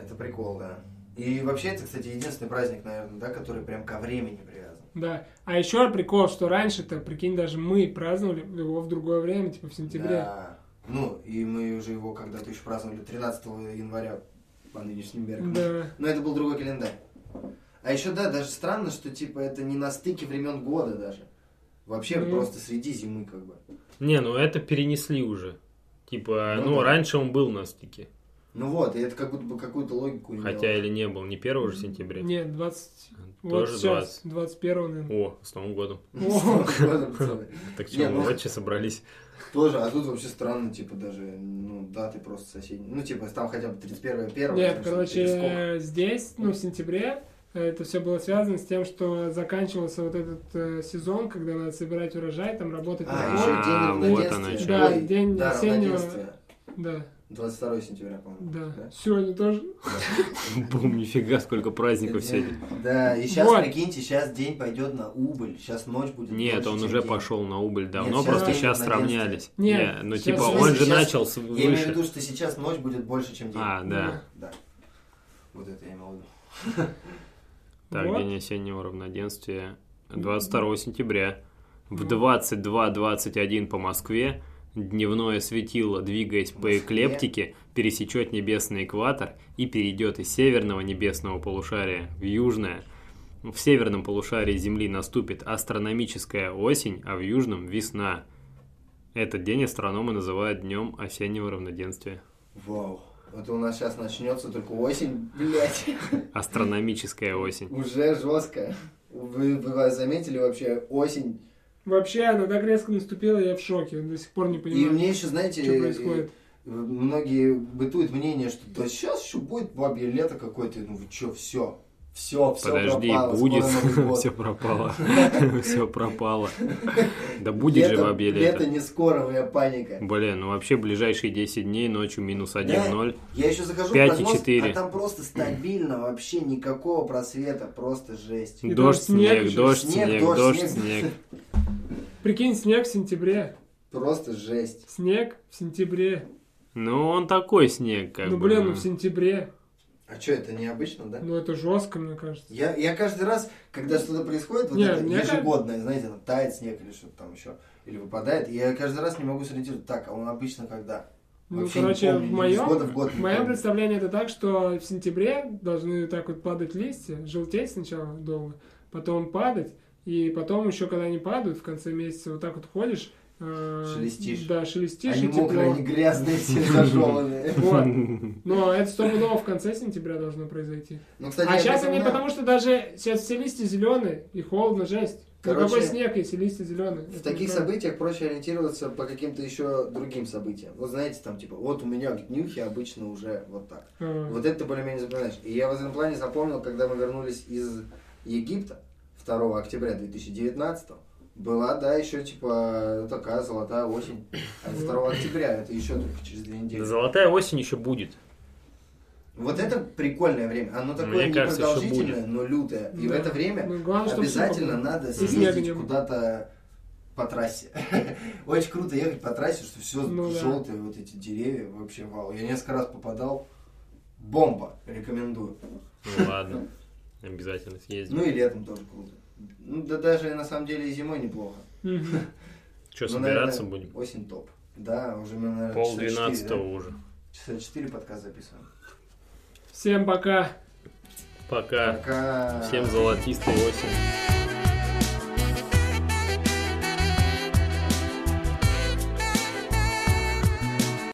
C: Это прикол, да. И вообще, это, кстати, единственный праздник, наверное, да, который прям ко времени привязан.
A: Да. А еще прикол, что раньше-то, прикинь, даже мы праздновали его в другое время, типа в сентябре.
C: Да. Ну, и мы уже его когда-то еще праздновали 13 января по нынешним меркам.
A: Да.
C: Но это был другой календарь. А еще, да, даже странно, что, типа, это не на стыке времен года даже. Вообще,
A: Ну.
C: просто среди зимы, как бы.
B: Не, ну это перенесли уже. Типа,
C: Ну
B: ну,
C: да.
B: раньше он был на стыке.
C: Ну вот, и это как будто бы какую-то логику имело.
B: Хотя или не был, не 1 же сентября.
A: Нет, 20... Вот
B: Тоже
A: сейчас,
B: 20.
A: 21 наверное.
B: О, с Новым годом.
C: С Новым годом, пацаны.
B: Так
C: Не,
B: что, мы
C: ну-
B: вот че собрались.
C: Тоже, а тут вообще странно, типа, даже, ну, даты просто соседние. Ну, типа, там хотя бы 31 первое.
A: Нет, короче, здесь, ну, в сентябре э, это все было связано с тем, что заканчивался вот этот э, сезон, когда надо собирать урожай, там работать на
C: А,
B: вот.
A: поле.
C: еще день
B: А, вот
C: равноденствия.
B: оно чё.
A: Да,
C: Ой,
A: день
C: да,
A: осеннего.
C: равноденствия.
A: Да,
C: 22 сентября, по-моему.
A: да.
C: Да.
A: Сегодня тоже.
B: Бум, нифига, сколько праздников
C: Это день-
B: сегодня.
C: Да, и сейчас,
A: Вот.
C: прикиньте, сейчас день пойдет на убыль, сейчас ночь будет.
B: Нет,
C: дольше,
B: он
C: чем
B: уже
C: день.
B: пошел на убыль давно,
C: Нет,
B: просто
C: сейчас
B: сейчас
C: день
B: сравнялись.
A: Нет,
B: Не, ну
A: сейчас-
B: типа
A: В
B: он
A: смысле,
B: же
C: сейчас-
B: начал с
C: Я имею в
B: выше.
C: виду, что сейчас ночь будет больше, чем день.
B: А, да.
C: Да. Вот это я имел в виду.
B: Так,
A: Вот.
B: день осеннего равноденствия. 22 сентября. В 22.21 по Москве дневное светило, двигаясь по
C: Москве.
B: эклептике, пересечет небесный экватор и перейдет из северного небесного полушария в южное. В северном полушарии Земли наступит астрономическая осень, а в южном – весна. Этот день астрономы называют днем осеннего равноденствия.
C: Вау. Это у нас сейчас начнется только осень, блядь.
B: Астрономическая осень.
C: Уже жестко. Вы, вы заметили вообще осень?
A: Вообще, она так резко наступила, я в шоке. До сих пор не
C: И
A: понимаю,
C: мне еще, знаете, э,
A: что происходит.
C: многие бытует мнение, что да сейчас еще будет бабье лето какое-то, ну вы чё, все. Все, все
B: Подожди,
C: пропало. скоро
B: будет.
C: Новый год.
B: Все пропало. Все пропало. Да будет
C: Лето-
B: же в обе
C: Лето
B: лето.
C: не скоро, моя паника.
B: Блин, ну вообще ближайшие 10 дней ночью минус
C: Да.
B: 1-0.
C: Я еще захожу в
B: 5,4.
C: прогноз, а там просто стабильно, вообще никакого просвета, просто жесть.
A: И там
B: Дождь,
A: снег
B: снег,
A: еще.
B: дождь,
C: Снег,
B: снег,
C: дождь,
B: дождь,
C: снег.
B: снег.
A: Прикинь, снег в сентябре.
C: Просто жесть.
A: Снег в сентябре.
B: Ну, он такой снег, как
A: ну,
B: бы.
A: блин, ну в сентябре.
C: А что, это необычно, да?
A: Ну, это жестко, мне кажется.
C: Я, я каждый раз, когда что-то происходит, вот
A: Не,
C: это
A: мне кажется-
C: ежегодное, знаете, там тает снег или что-то там еще, или выпадает, и я каждый раз не могу сориентировать, так, а он обычно когда?
A: Ну,
C: Вообще не
A: короче,
C: помню,
A: в
C: ни
A: моем,
C: из года в год не
A: в моем
C: помню.
A: представлении это так, что в сентябре должны так вот падать листья, желтеть сначала долго, потом падать, и потом еще, когда они падают, в конце месяца вот так вот ходишь. э,
C: Шелестишь.
A: Да, шелестишь,
C: Они
A: и тепло.
C: мокрые, они грязные, все зажеванные.
A: Вот. Но это стопудово в конце сентября должно произойти.
C: Ну, кстати,
A: а
C: я
A: сейчас они,
C: понимаю.
A: потому что даже сейчас все листья зеленые, и холодно, жесть.
C: Короче,
A: Короче, какой снег, если листья зеленые?
C: В таких событиях проще ориентироваться по каким-то еще другим событиям. Вот знаете, там типа, вот у меня днюхи обычно уже вот так.
A: А,
C: Вот это ты более-менее запоминаешь. И я в этом плане запомнил, когда мы вернулись из Египта 2 октября 2019 была, да, еще типа такая золотая осень. А это 2 октября, это еще только через две недели.
B: Золотая осень еще будет.
C: Вот это прикольное время. Оно такое
B: Мне
C: не
B: кажется, ещё
C: продолжительное, но лютое. И в
A: Да.
C: это время
A: Ну, главное, чтобы всё
C: обязательно
A: было.
C: надо
A: И снега не
C: съездить
A: было.
C: куда-то по трассе. Очень круто ехать по трассе, что все
A: Ну да.
C: желтые вот эти деревья, вообще вау. Я несколько раз попадал. Бомба, рекомендую.
B: Ну ладно, обязательно съездим.
C: Ну и летом тоже круто. Ну да даже на самом деле и зимой неплохо.
A: Мгм.
B: Что,
C: Ну,
B: собираться
C: наверное,
B: будем?
C: Осень топ. Да, уже мы, наверное,
B: Пол
C: часа четыре,
B: двенадцатого
C: да?
B: уже.
C: Часа четыре подкаст записываем.
A: Всем пока.
B: Пока.
C: Пока.
B: Всем золотистой осени.